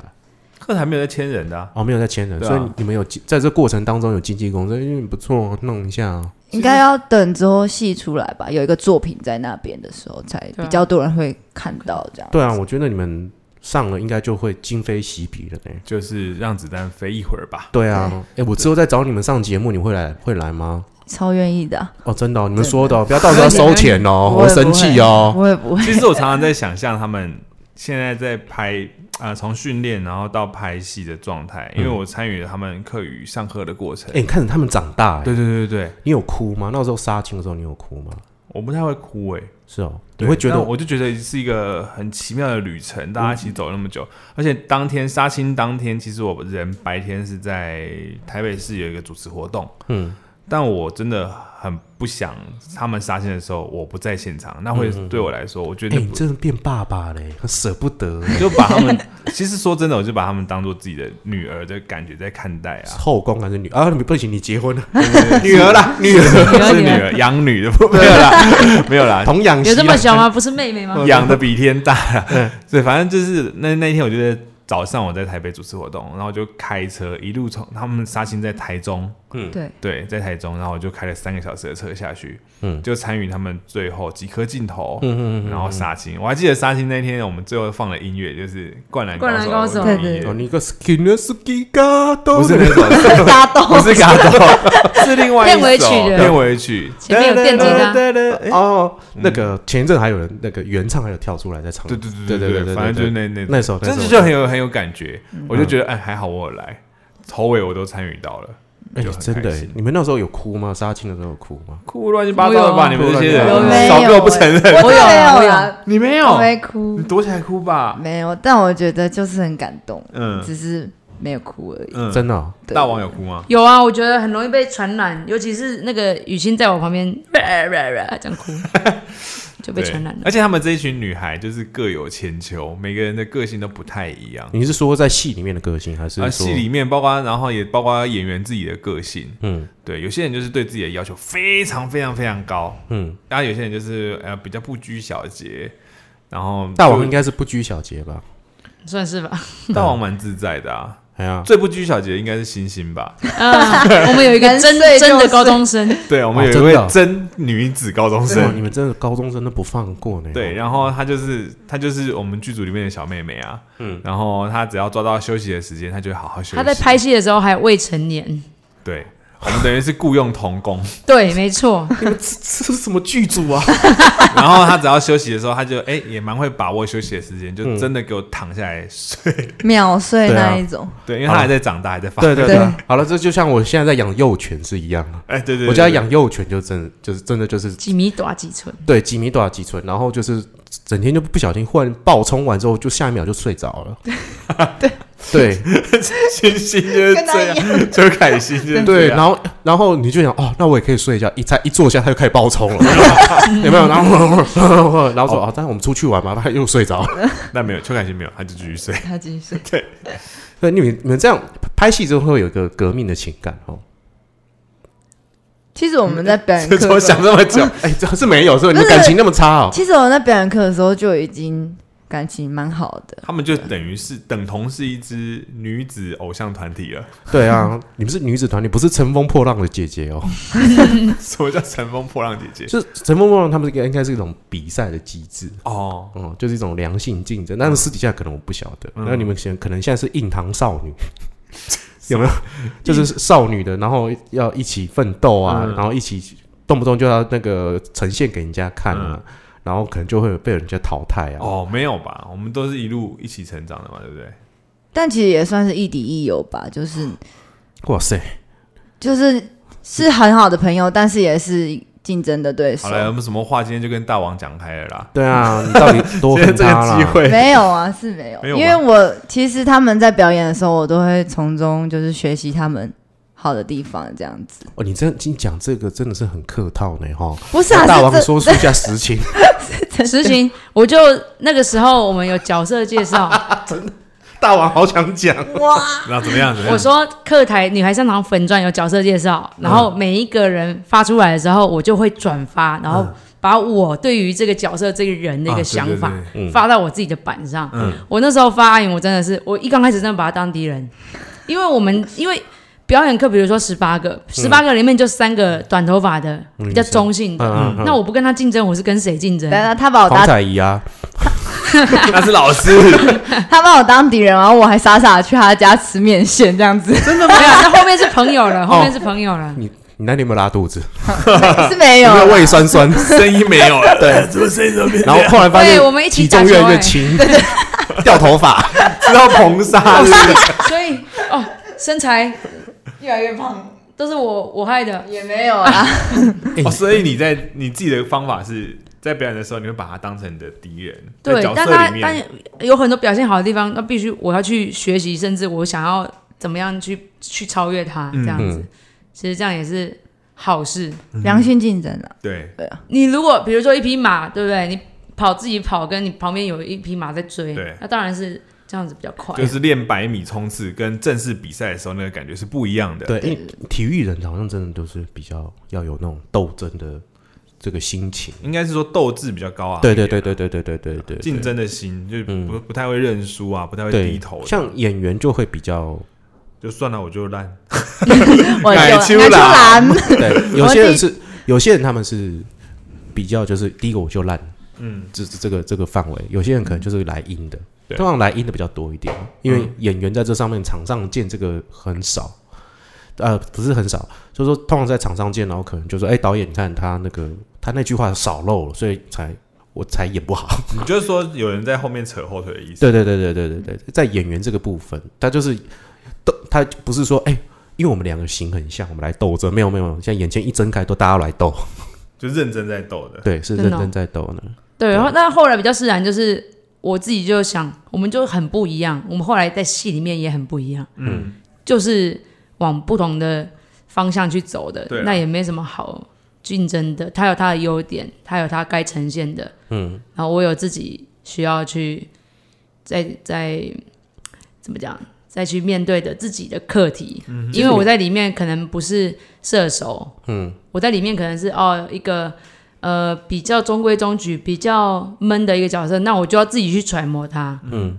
[SPEAKER 4] 课台没有在签人的、啊，
[SPEAKER 1] 哦，没有在签人，
[SPEAKER 4] 对啊
[SPEAKER 1] 所以你们有经在这过程当中有经纪公司，因为不错哦，弄一下哦。
[SPEAKER 2] 应该要等之后戏出来吧，有一个作品在那边的时候，才
[SPEAKER 3] 对啊
[SPEAKER 2] 比较多人会看到这样。
[SPEAKER 1] 对啊，我觉得你们上了应该就会今非昔比了呢。
[SPEAKER 4] 就是让子弹飞一会儿吧，
[SPEAKER 1] 对啊，哎，我之后再找你们上节目，你会来会来吗？
[SPEAKER 2] 超愿意的啊、
[SPEAKER 1] 哦，真的哦，你们说的哦，不要到时候收钱哦，
[SPEAKER 2] 不
[SPEAKER 1] 我
[SPEAKER 2] 会
[SPEAKER 1] 会生气哦。
[SPEAKER 2] 不会不会，
[SPEAKER 4] 其实我常常在想象他们现在在拍啊，从训练然后到拍戏的状态，因为我参与了他们课余上课的过程。
[SPEAKER 1] 哎，你看着他们长大，哎
[SPEAKER 4] 对对对对对，
[SPEAKER 1] 你有哭吗？那时候杀青的时候你有哭吗？
[SPEAKER 4] 我不太会哭哎、欸，
[SPEAKER 1] 是哦，你
[SPEAKER 4] 对
[SPEAKER 1] 会觉
[SPEAKER 4] 但
[SPEAKER 1] 得
[SPEAKER 4] 我就觉得是一个很奇妙的旅程，大家一起走那么久，而且当天杀青当天，其实我人白天是在台北市有一个主持活动，
[SPEAKER 1] 嗯，
[SPEAKER 4] 但我真的很不想他们杀青的时候我不在现场，那
[SPEAKER 1] 嗯
[SPEAKER 4] 会对我来说，我觉
[SPEAKER 1] 哎，
[SPEAKER 4] 得
[SPEAKER 1] 你
[SPEAKER 4] 不
[SPEAKER 1] 真的变爸爸嘞，很舍不得哎。
[SPEAKER 4] 就把他们，其实说真的，我就把他们当做自己的女儿的感觉在看待 啊，
[SPEAKER 1] 后宫还是女啊？你不行，你结婚了，
[SPEAKER 4] 女儿啦，女 儿是
[SPEAKER 3] 女
[SPEAKER 4] 女
[SPEAKER 3] 儿
[SPEAKER 4] 儿，养女的没有啦，没有 啦，
[SPEAKER 1] 童养
[SPEAKER 2] 啊
[SPEAKER 1] 媳啊
[SPEAKER 3] 有这么
[SPEAKER 1] 啦
[SPEAKER 3] 小吗？不是妹妹吗？
[SPEAKER 2] 哦
[SPEAKER 4] 养的比天大啦。对，反正就是那那一天，我就在早上我在台北主持活动，然后我就开车一路从他们杀青在台中，
[SPEAKER 2] 对，
[SPEAKER 4] 对，在台中，然后我就开了三个小时的车下去，
[SPEAKER 1] 嗯
[SPEAKER 4] 就参与他们最后几颗镜头，
[SPEAKER 1] 嗯嗯嗯
[SPEAKER 4] 然后杀青。我还记得杀青那天，我们最后放的音乐就是《灌篮
[SPEAKER 3] 灌篮高手
[SPEAKER 4] 的音
[SPEAKER 2] 对
[SPEAKER 4] 乐
[SPEAKER 2] 对
[SPEAKER 1] 哦，你个 skin skin 嘎都
[SPEAKER 4] 不是那首，
[SPEAKER 2] 大豆
[SPEAKER 4] 不是嘎豆， 是另外一首
[SPEAKER 3] 片尾曲的
[SPEAKER 4] 片尾曲。
[SPEAKER 3] 前面有电吉他，
[SPEAKER 4] 哎
[SPEAKER 1] 哦，那个前一阵还有人那个原唱还有跳出来在唱，
[SPEAKER 4] 对对
[SPEAKER 1] 对
[SPEAKER 4] 对对
[SPEAKER 1] 对
[SPEAKER 4] 对
[SPEAKER 1] 对，
[SPEAKER 4] 反正就是
[SPEAKER 1] 对
[SPEAKER 4] 那那
[SPEAKER 1] 那首，那
[SPEAKER 4] 真的
[SPEAKER 1] 首
[SPEAKER 4] 就很有很有感觉。我就觉得，哎，还好我有来，头尾我都参与到了，
[SPEAKER 1] 哎
[SPEAKER 4] 就很
[SPEAKER 1] 真的
[SPEAKER 4] 开
[SPEAKER 1] 欸
[SPEAKER 4] 心，
[SPEAKER 1] 你们那时候有哭吗？杀青的时候有哭吗？
[SPEAKER 4] 哭乱七八糟的
[SPEAKER 3] 我有
[SPEAKER 4] 吧？
[SPEAKER 3] 啊
[SPEAKER 4] 你们这些
[SPEAKER 1] 有
[SPEAKER 4] 人，
[SPEAKER 1] 没
[SPEAKER 4] 少给我不承认，
[SPEAKER 2] 我
[SPEAKER 3] 我有
[SPEAKER 2] 真的
[SPEAKER 3] 啊我
[SPEAKER 2] 没
[SPEAKER 3] 有
[SPEAKER 2] 啦，
[SPEAKER 4] 你没
[SPEAKER 2] 我
[SPEAKER 4] 有，
[SPEAKER 2] 没哭
[SPEAKER 4] 你，躲起来哭吧。
[SPEAKER 2] 没有，但我觉得就是很感动，
[SPEAKER 4] 嗯
[SPEAKER 2] 只是没有哭而已。
[SPEAKER 4] 嗯，
[SPEAKER 1] 真的哦，
[SPEAKER 2] 对
[SPEAKER 4] 大王有哭吗？
[SPEAKER 3] 有啊，我觉得很容易被传染，尤其是那个雨欣在我旁边， 这 样哭，就被
[SPEAKER 4] 对
[SPEAKER 3] 传染了。
[SPEAKER 4] 而且他们这一群女孩就是各有千秋，每个人的个性都不太一样。
[SPEAKER 1] 你是说在戏里面的个性，还是
[SPEAKER 4] 啊，
[SPEAKER 1] 说
[SPEAKER 4] 戏里面包括，然后也包括演员自己的个性。
[SPEAKER 1] 嗯
[SPEAKER 4] 对，有些人就是对自己的要求非常非常非常高，
[SPEAKER 1] 嗯，
[SPEAKER 4] 然后有些人就是呃比较不拘小节，然后
[SPEAKER 1] 大王
[SPEAKER 4] 就
[SPEAKER 1] 应该是不拘小节吧？
[SPEAKER 3] 算是吧。
[SPEAKER 4] 大王蛮自在的啊。
[SPEAKER 1] 哎呀，
[SPEAKER 4] 最不拘小节应该是星 星吧？
[SPEAKER 3] 嗯，我们有一个真
[SPEAKER 2] 能睡就
[SPEAKER 3] 真的
[SPEAKER 2] 睡
[SPEAKER 3] 高中生，
[SPEAKER 4] 对，我
[SPEAKER 1] 哦
[SPEAKER 4] 们有一
[SPEAKER 1] 真
[SPEAKER 4] 位
[SPEAKER 1] 的哦
[SPEAKER 4] 真女子高中
[SPEAKER 1] 哇
[SPEAKER 4] 生，
[SPEAKER 1] 你们真的高中生都不放过呢。
[SPEAKER 4] 对，然后她就是她就是我们剧组里面的小妹妹啊，嗯，然后她只要抓到休息的时间，她就会好好休息。
[SPEAKER 3] 他在拍戏的时候还未成年。
[SPEAKER 4] 对，我们等于是雇佣童工，
[SPEAKER 3] 对，没错，
[SPEAKER 1] 这是什么剧组啊？
[SPEAKER 4] 然后他只要休息的时候，他就哎、也蛮会把握休息的时间，
[SPEAKER 1] 嗯
[SPEAKER 4] 就真的给我躺下来睡。
[SPEAKER 2] 秒睡
[SPEAKER 1] 对啊
[SPEAKER 2] 那一种，
[SPEAKER 4] 对，因为他还在长大，还在发育。
[SPEAKER 1] 对对
[SPEAKER 2] 对
[SPEAKER 1] 对，好了，这就像我现在在养幼犬是一样的。 啊
[SPEAKER 4] 哎、对对对，
[SPEAKER 1] 我家养幼犬就真的就是真的就是
[SPEAKER 3] 几米短几 寸，
[SPEAKER 1] 对几米多少几寸，然后就是整天就不小心忽然暴冲完之后，就下一秒就睡着了。对
[SPEAKER 4] 星星就是
[SPEAKER 2] 跟他
[SPEAKER 4] 这
[SPEAKER 2] 一样
[SPEAKER 4] 样， 邱凯欣就是
[SPEAKER 1] 对
[SPEAKER 4] 这
[SPEAKER 1] 对，
[SPEAKER 4] 样
[SPEAKER 1] 然后然后你就想哦，那我也可以睡一下，一才一坐下他就开始暴冲了，有没有？然后然后说哦，但是我们出去玩嘛，他又睡着。了。
[SPEAKER 4] 那没有邱凯欣没有，他就继续睡。
[SPEAKER 1] 啊
[SPEAKER 2] 他继续睡。
[SPEAKER 1] 对，你们你们这样拍戏之后会有一个革命的情感哦。
[SPEAKER 2] 其实我们在 表演课
[SPEAKER 1] 怎么
[SPEAKER 2] 的时
[SPEAKER 1] 想
[SPEAKER 2] 候，
[SPEAKER 1] 这么久？哎，这是没有是吧？你们
[SPEAKER 2] 不是
[SPEAKER 1] 感情那么差哦？
[SPEAKER 2] 其实我们在表演课的时候就已经感情蛮好的。
[SPEAKER 4] 他们就等于是等同是一支女子偶像团体了。
[SPEAKER 1] 对啊，你们是女子团，你不是乘风破浪的姐姐哦。
[SPEAKER 4] 什么叫乘风破浪姐姐？
[SPEAKER 1] 就是乘风破浪，他们应该应该是一种比赛的机制，
[SPEAKER 4] 哦，
[SPEAKER 1] 嗯，就是一种良性竞争。但是私底下可能我不晓得。那你们现可能现在是硬糖少 女，有没有？就是少女的，然后要一起奋斗啊，
[SPEAKER 4] 嗯
[SPEAKER 1] 然后一起动不动就要那个呈现给人家看啊，然后可能就会被人家淘汰啊。
[SPEAKER 4] 哦，没有吧？我们都是一路一起成长的嘛，对不对？
[SPEAKER 2] 但其实也算是亦敌亦友吧，就是
[SPEAKER 1] 哇塞，
[SPEAKER 2] 就是是很好的朋友，但是也是竞争的对手
[SPEAKER 1] 啊
[SPEAKER 4] 好。了，我们什么话今天就跟大王讲开了啦。
[SPEAKER 1] 对啊， 你到底多
[SPEAKER 4] 今天
[SPEAKER 1] 恨
[SPEAKER 4] 这
[SPEAKER 1] 他
[SPEAKER 4] 个机
[SPEAKER 1] 啦？
[SPEAKER 4] 会，
[SPEAKER 2] 没有啊，是没有，
[SPEAKER 4] 没有吗
[SPEAKER 2] 因为我其实他们在表演的时候，我都会从中就是学习他们好的地方，这样子。
[SPEAKER 1] 哦，你这你讲这个真的是很客套呢，哈。
[SPEAKER 2] 不是啊，
[SPEAKER 1] 大王
[SPEAKER 2] 是
[SPEAKER 1] 说出一下实情，
[SPEAKER 3] 实行。我就那个时候我们有角色介绍，
[SPEAKER 1] 大王好想讲。
[SPEAKER 2] 这哇，
[SPEAKER 4] 那怎么样？怎么
[SPEAKER 3] 我
[SPEAKER 4] 样？
[SPEAKER 3] 说客台女孩上场粉钻有角色介绍，然后每一个人发出来的时候，我就会转发，然
[SPEAKER 4] 嗯
[SPEAKER 3] 后把我对于这个角色这个人的一
[SPEAKER 4] 啊
[SPEAKER 3] 个
[SPEAKER 4] 对
[SPEAKER 3] 想
[SPEAKER 4] 对
[SPEAKER 3] 法
[SPEAKER 4] 对
[SPEAKER 3] 发到我自己的板上。
[SPEAKER 4] 嗯
[SPEAKER 3] 我那时候发阿影，我真的是我一刚开始真的把他当敌人，因为我们 因为。表演课，比如说十八
[SPEAKER 4] 嗯
[SPEAKER 3] 个，十八个里面就三个短头发的，比较中性的。
[SPEAKER 1] 嗯嗯嗯
[SPEAKER 3] 那我不跟他竞争，我是跟谁竞争？
[SPEAKER 2] 等等，他把我
[SPEAKER 1] 黄
[SPEAKER 2] 当
[SPEAKER 1] 彩怡啊，
[SPEAKER 4] 那是老师，
[SPEAKER 2] 他把我当敌人，然后我还傻傻地去他家吃面线，这样子
[SPEAKER 3] 真的没有，那后面是朋友
[SPEAKER 4] 哦
[SPEAKER 3] 了，后面是朋友了。
[SPEAKER 1] 你你那天有没有拉肚子？
[SPEAKER 2] 是
[SPEAKER 3] 哎
[SPEAKER 2] 没有啊
[SPEAKER 1] 有没有
[SPEAKER 2] 啦。
[SPEAKER 1] 胃酸 酸？
[SPEAKER 4] 声音没有
[SPEAKER 1] 啊
[SPEAKER 4] 了，对，怎么声音怎么变
[SPEAKER 1] 然后后来发现
[SPEAKER 3] 对我们一起
[SPEAKER 1] 体
[SPEAKER 3] 打
[SPEAKER 1] 重
[SPEAKER 3] 球哎
[SPEAKER 1] 越来越轻， 掉头发，
[SPEAKER 4] 知道硼砂是不是？
[SPEAKER 3] 所以哦，身材越来越胖，都是我我害的。
[SPEAKER 2] 也没有啊，
[SPEAKER 4] 哦，所以你在你自己的方法是在表演的时候，你会把他当成你的敌人，在
[SPEAKER 3] 对
[SPEAKER 4] 角，
[SPEAKER 3] 但
[SPEAKER 4] 色
[SPEAKER 3] 他
[SPEAKER 4] 里
[SPEAKER 3] 但
[SPEAKER 4] 面，
[SPEAKER 3] 有很多表现好的地方，那必须我要去学习，甚至我想要怎么样去去超越他
[SPEAKER 4] 嗯
[SPEAKER 3] 这样子。其实这样也是好事。
[SPEAKER 2] 良性竞争啊，
[SPEAKER 4] 对，
[SPEAKER 3] 你如果比如说一匹马，对不对？你跑自己跑，跟你旁边有一匹马在追
[SPEAKER 4] 对，
[SPEAKER 3] 那当然是这样子比较快。
[SPEAKER 4] 就是练百米冲刺跟正式比赛的时候那个感觉是不一样的。
[SPEAKER 1] 对，因为体育人好像真的都是比较要有那种斗争的这个心情。
[SPEAKER 4] 应该是说斗志比较高啊，
[SPEAKER 1] 对对对对对对对对对，
[SPEAKER 4] 竞争的心就是不不太会认输啊，不太会
[SPEAKER 1] 对
[SPEAKER 4] 低头的，
[SPEAKER 1] 像演员就会比较
[SPEAKER 4] 就算了，我就烂。
[SPEAKER 2] 我
[SPEAKER 4] 奶
[SPEAKER 2] 有啊
[SPEAKER 4] 秋
[SPEAKER 2] 奶秋兰，
[SPEAKER 4] 兰
[SPEAKER 1] 对，有
[SPEAKER 2] 我
[SPEAKER 1] 些人
[SPEAKER 2] 第
[SPEAKER 1] 是，有些人他们是比较就是第一个我就烂，
[SPEAKER 4] 嗯，
[SPEAKER 1] 这这个这个范围，有些人可能就是来阴的，
[SPEAKER 4] 对
[SPEAKER 1] 通常来阴的比较多一点，因为演员在这上面场上见这个很少。呃，不是很少，就是说通常在场上见，然后可能就说，哎、导演，你看他那个他那句话少漏了，所以才我才演不好。
[SPEAKER 4] 你就是说有人在后面扯后腿的意思。
[SPEAKER 1] 对对对对对对对，在演员这个部分，他就是斗，他不是说哎、因为我们两个型很像，我们来斗争，没有没有，现在眼前一睁开都大家来斗，
[SPEAKER 4] 就认真在斗 的。
[SPEAKER 1] 对，是
[SPEAKER 3] 真的
[SPEAKER 1] 认
[SPEAKER 3] 哦
[SPEAKER 1] 真在斗呢。
[SPEAKER 3] 对，啊然后那后来比较释然，就是我自己就想，我们就很不一样，我们后来在戏里面也很不一样，嗯，就是往不同的方向去走的
[SPEAKER 4] 对啊，
[SPEAKER 3] 那也没什么好竞争的，他有他的优点，他有他该呈现的，嗯，然后我有自己需要去再再怎么讲。再去面对的自己的课题，
[SPEAKER 4] 嗯
[SPEAKER 3] 因为我在里面可能不是射手，嗯，我在里面可能是哦一个呃比较中规中矩、比较闷的一个角色，那我就要自己去揣摩他。嗯，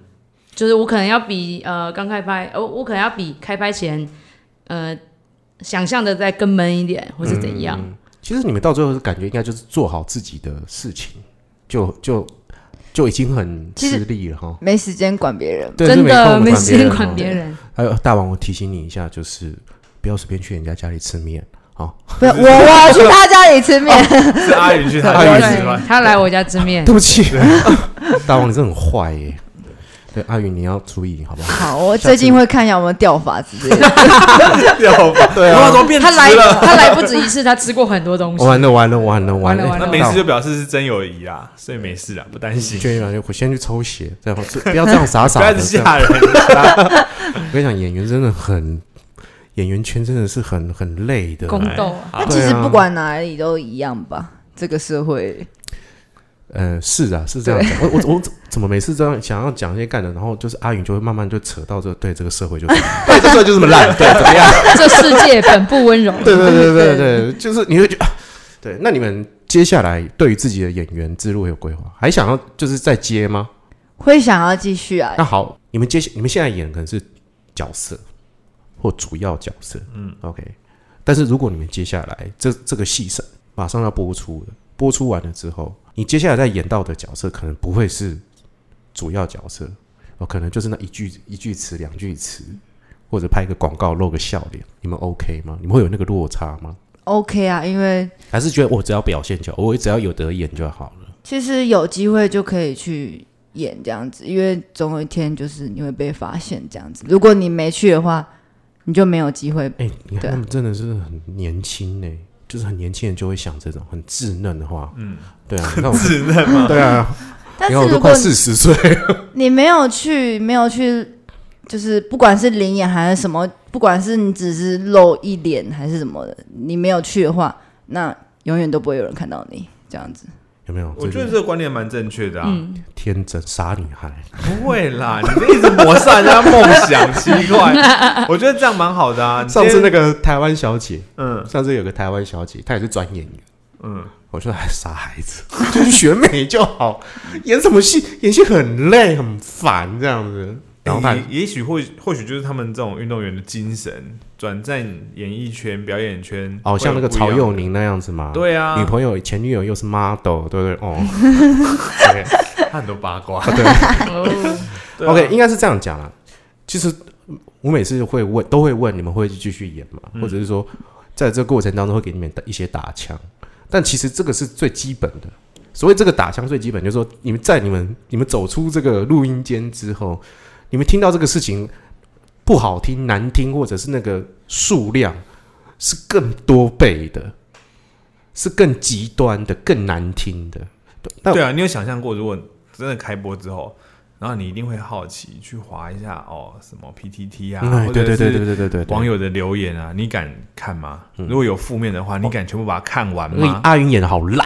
[SPEAKER 3] 就是我可能要比呃刚开拍，呃我可能要比开拍前呃想象的再更闷一点，或是怎样。
[SPEAKER 4] 嗯
[SPEAKER 1] 其实你们到最后是感觉应该就是做好自己的事情，就就就已经很
[SPEAKER 2] 其实
[SPEAKER 1] 吃力了哈。
[SPEAKER 2] 没时间管别人。
[SPEAKER 1] 对，
[SPEAKER 3] 真的
[SPEAKER 1] 是没空
[SPEAKER 3] 时间管
[SPEAKER 1] 哦
[SPEAKER 3] 别人，
[SPEAKER 1] 还有大王，我提醒你一下，就是不要随便去人家家里吃面啊。
[SPEAKER 2] 不是，我我要去他家里吃面，
[SPEAKER 4] 是阿云去他
[SPEAKER 2] 哦
[SPEAKER 1] 阿
[SPEAKER 4] 家
[SPEAKER 1] 云
[SPEAKER 4] 吃
[SPEAKER 3] 对
[SPEAKER 4] 饭，，
[SPEAKER 3] 他来我家吃面
[SPEAKER 1] 对，不起， 大王，你真的很坏耶。对，阿云，你要注意好不好？
[SPEAKER 2] 好，我最近会看一下我们钓法之类的。
[SPEAKER 4] 要吧？对啊，怎么变直
[SPEAKER 3] 他来
[SPEAKER 4] 了？
[SPEAKER 3] 他来不止一次，他吃过很多东西。
[SPEAKER 1] 完了完了完了
[SPEAKER 3] 完了
[SPEAKER 1] 了！
[SPEAKER 3] 完了
[SPEAKER 4] 那
[SPEAKER 1] 哎
[SPEAKER 4] 没事就表示是真友谊啊，所以没事啊，不担心。
[SPEAKER 1] 宣完就我先去抽血，这样不要这 样傻
[SPEAKER 4] 不
[SPEAKER 1] 傻
[SPEAKER 4] 要
[SPEAKER 1] 的。这样
[SPEAKER 4] 吓人，
[SPEAKER 1] 我跟你讲，演员真的很，演员圈真的是很很累的。
[SPEAKER 3] 宫斗啊，
[SPEAKER 2] 那其实不管哪里都一样吧，这个社会
[SPEAKER 1] 呃，是啊，是这样讲。我我我怎么每次这样想要讲一些干的，然后就是阿云就会慢慢就扯到这对这个社会就是对这社会就这么烂，对怎么样？
[SPEAKER 3] 这世界本不温 柔。
[SPEAKER 1] 对对对对对，就是你会觉得，啊对。那你们接下来对于自己的演员之路有规划，还想要就是再接吗？
[SPEAKER 2] 会想要继续啊。
[SPEAKER 1] 那好，你们接你们现在演可能是角色或主要角色，嗯，OK。但是如果你们接下来这这个戏是马上要播出了，播出完了之后，你接下来再演到的角色可能不会是主要角色，哦，可能就是那一句一句词、两句词，或者拍个广告露个笑脸，你们 OK 吗？你们会有那个落差吗？
[SPEAKER 2] OK 啊，因为
[SPEAKER 1] 还是觉得我哦只要表现就好，我只要有得演就好了？
[SPEAKER 2] 其实有机会就可以去演这样子，因为总有一天就是你会被发现这样子。如果你没去的话，你就没有机会。
[SPEAKER 1] 哎、你看
[SPEAKER 2] 对啊
[SPEAKER 1] 他们真的是很年轻呢、就是很年轻人就会想这种很稚嫩的话，嗯，对 啊，你看我
[SPEAKER 4] 自认吗？
[SPEAKER 1] 对啊，
[SPEAKER 2] 但
[SPEAKER 1] 你
[SPEAKER 2] 是
[SPEAKER 1] 看我都
[SPEAKER 2] 如果
[SPEAKER 1] 快四十岁，
[SPEAKER 2] 你没有去，没有去，就是不管是零演还是什么，不管是你只是露一脸还是什么的，你没有去的话，那永远都不会有人看到你这样子。
[SPEAKER 1] 有没有？
[SPEAKER 4] 我觉
[SPEAKER 1] 这
[SPEAKER 4] 得
[SPEAKER 1] 个
[SPEAKER 4] 这个观念蛮正确的啊，
[SPEAKER 1] 天真傻女孩，
[SPEAKER 4] 不会啦，你这一直抹杀人家梦想，奇怪，我觉得这样蛮好的啊。你今
[SPEAKER 1] 上
[SPEAKER 4] 天
[SPEAKER 1] 次那个台湾小姐，
[SPEAKER 4] 嗯
[SPEAKER 1] 上次有个台湾小姐，她也是转演员。
[SPEAKER 4] 嗯，
[SPEAKER 1] 我说哎，傻孩子， 就去学美就好，演什么戏？演戏很累很烦这样子。然后她
[SPEAKER 4] 也也许或或许就是他们这种运动员的精神转战演艺圈、表演圈，
[SPEAKER 1] 哦，像那个
[SPEAKER 4] 会有不
[SPEAKER 1] 曹
[SPEAKER 4] 一样
[SPEAKER 1] 佑宁那样子嘛，、
[SPEAKER 4] 对啊，
[SPEAKER 1] 女朋友前女友又是 model，对不对？哦对
[SPEAKER 4] 他很多 八卦。
[SPEAKER 3] 哦
[SPEAKER 4] 对啊
[SPEAKER 1] OK，应该是这样讲啦。其实嗯我每次会问，都会问你们会继续演吗？
[SPEAKER 4] 嗯
[SPEAKER 1] 或者是说，在这过程当中会给你们一些打枪，但其实这个是最基本的。所谓这个打枪最基本，就是说你们在你们你们走出这个录音间之后，你们听到这个事情不好听、难听，或者是那个数量是更多倍的，是更极端的、更难听的。那
[SPEAKER 4] 对啊，你有想象过，如果真的开播之后，然后你一定会好奇去划一下哦，什么 PTT 啊，
[SPEAKER 1] 哎
[SPEAKER 4] 或
[SPEAKER 1] 对对对对
[SPEAKER 4] 者是
[SPEAKER 1] 对对对对，嗯
[SPEAKER 4] 网友的留言啊，你敢看吗？如果有负面的
[SPEAKER 1] 哦
[SPEAKER 4] 话，你敢全部把它看完
[SPEAKER 1] 那个
[SPEAKER 4] 吗？
[SPEAKER 1] 阿云演的好烂。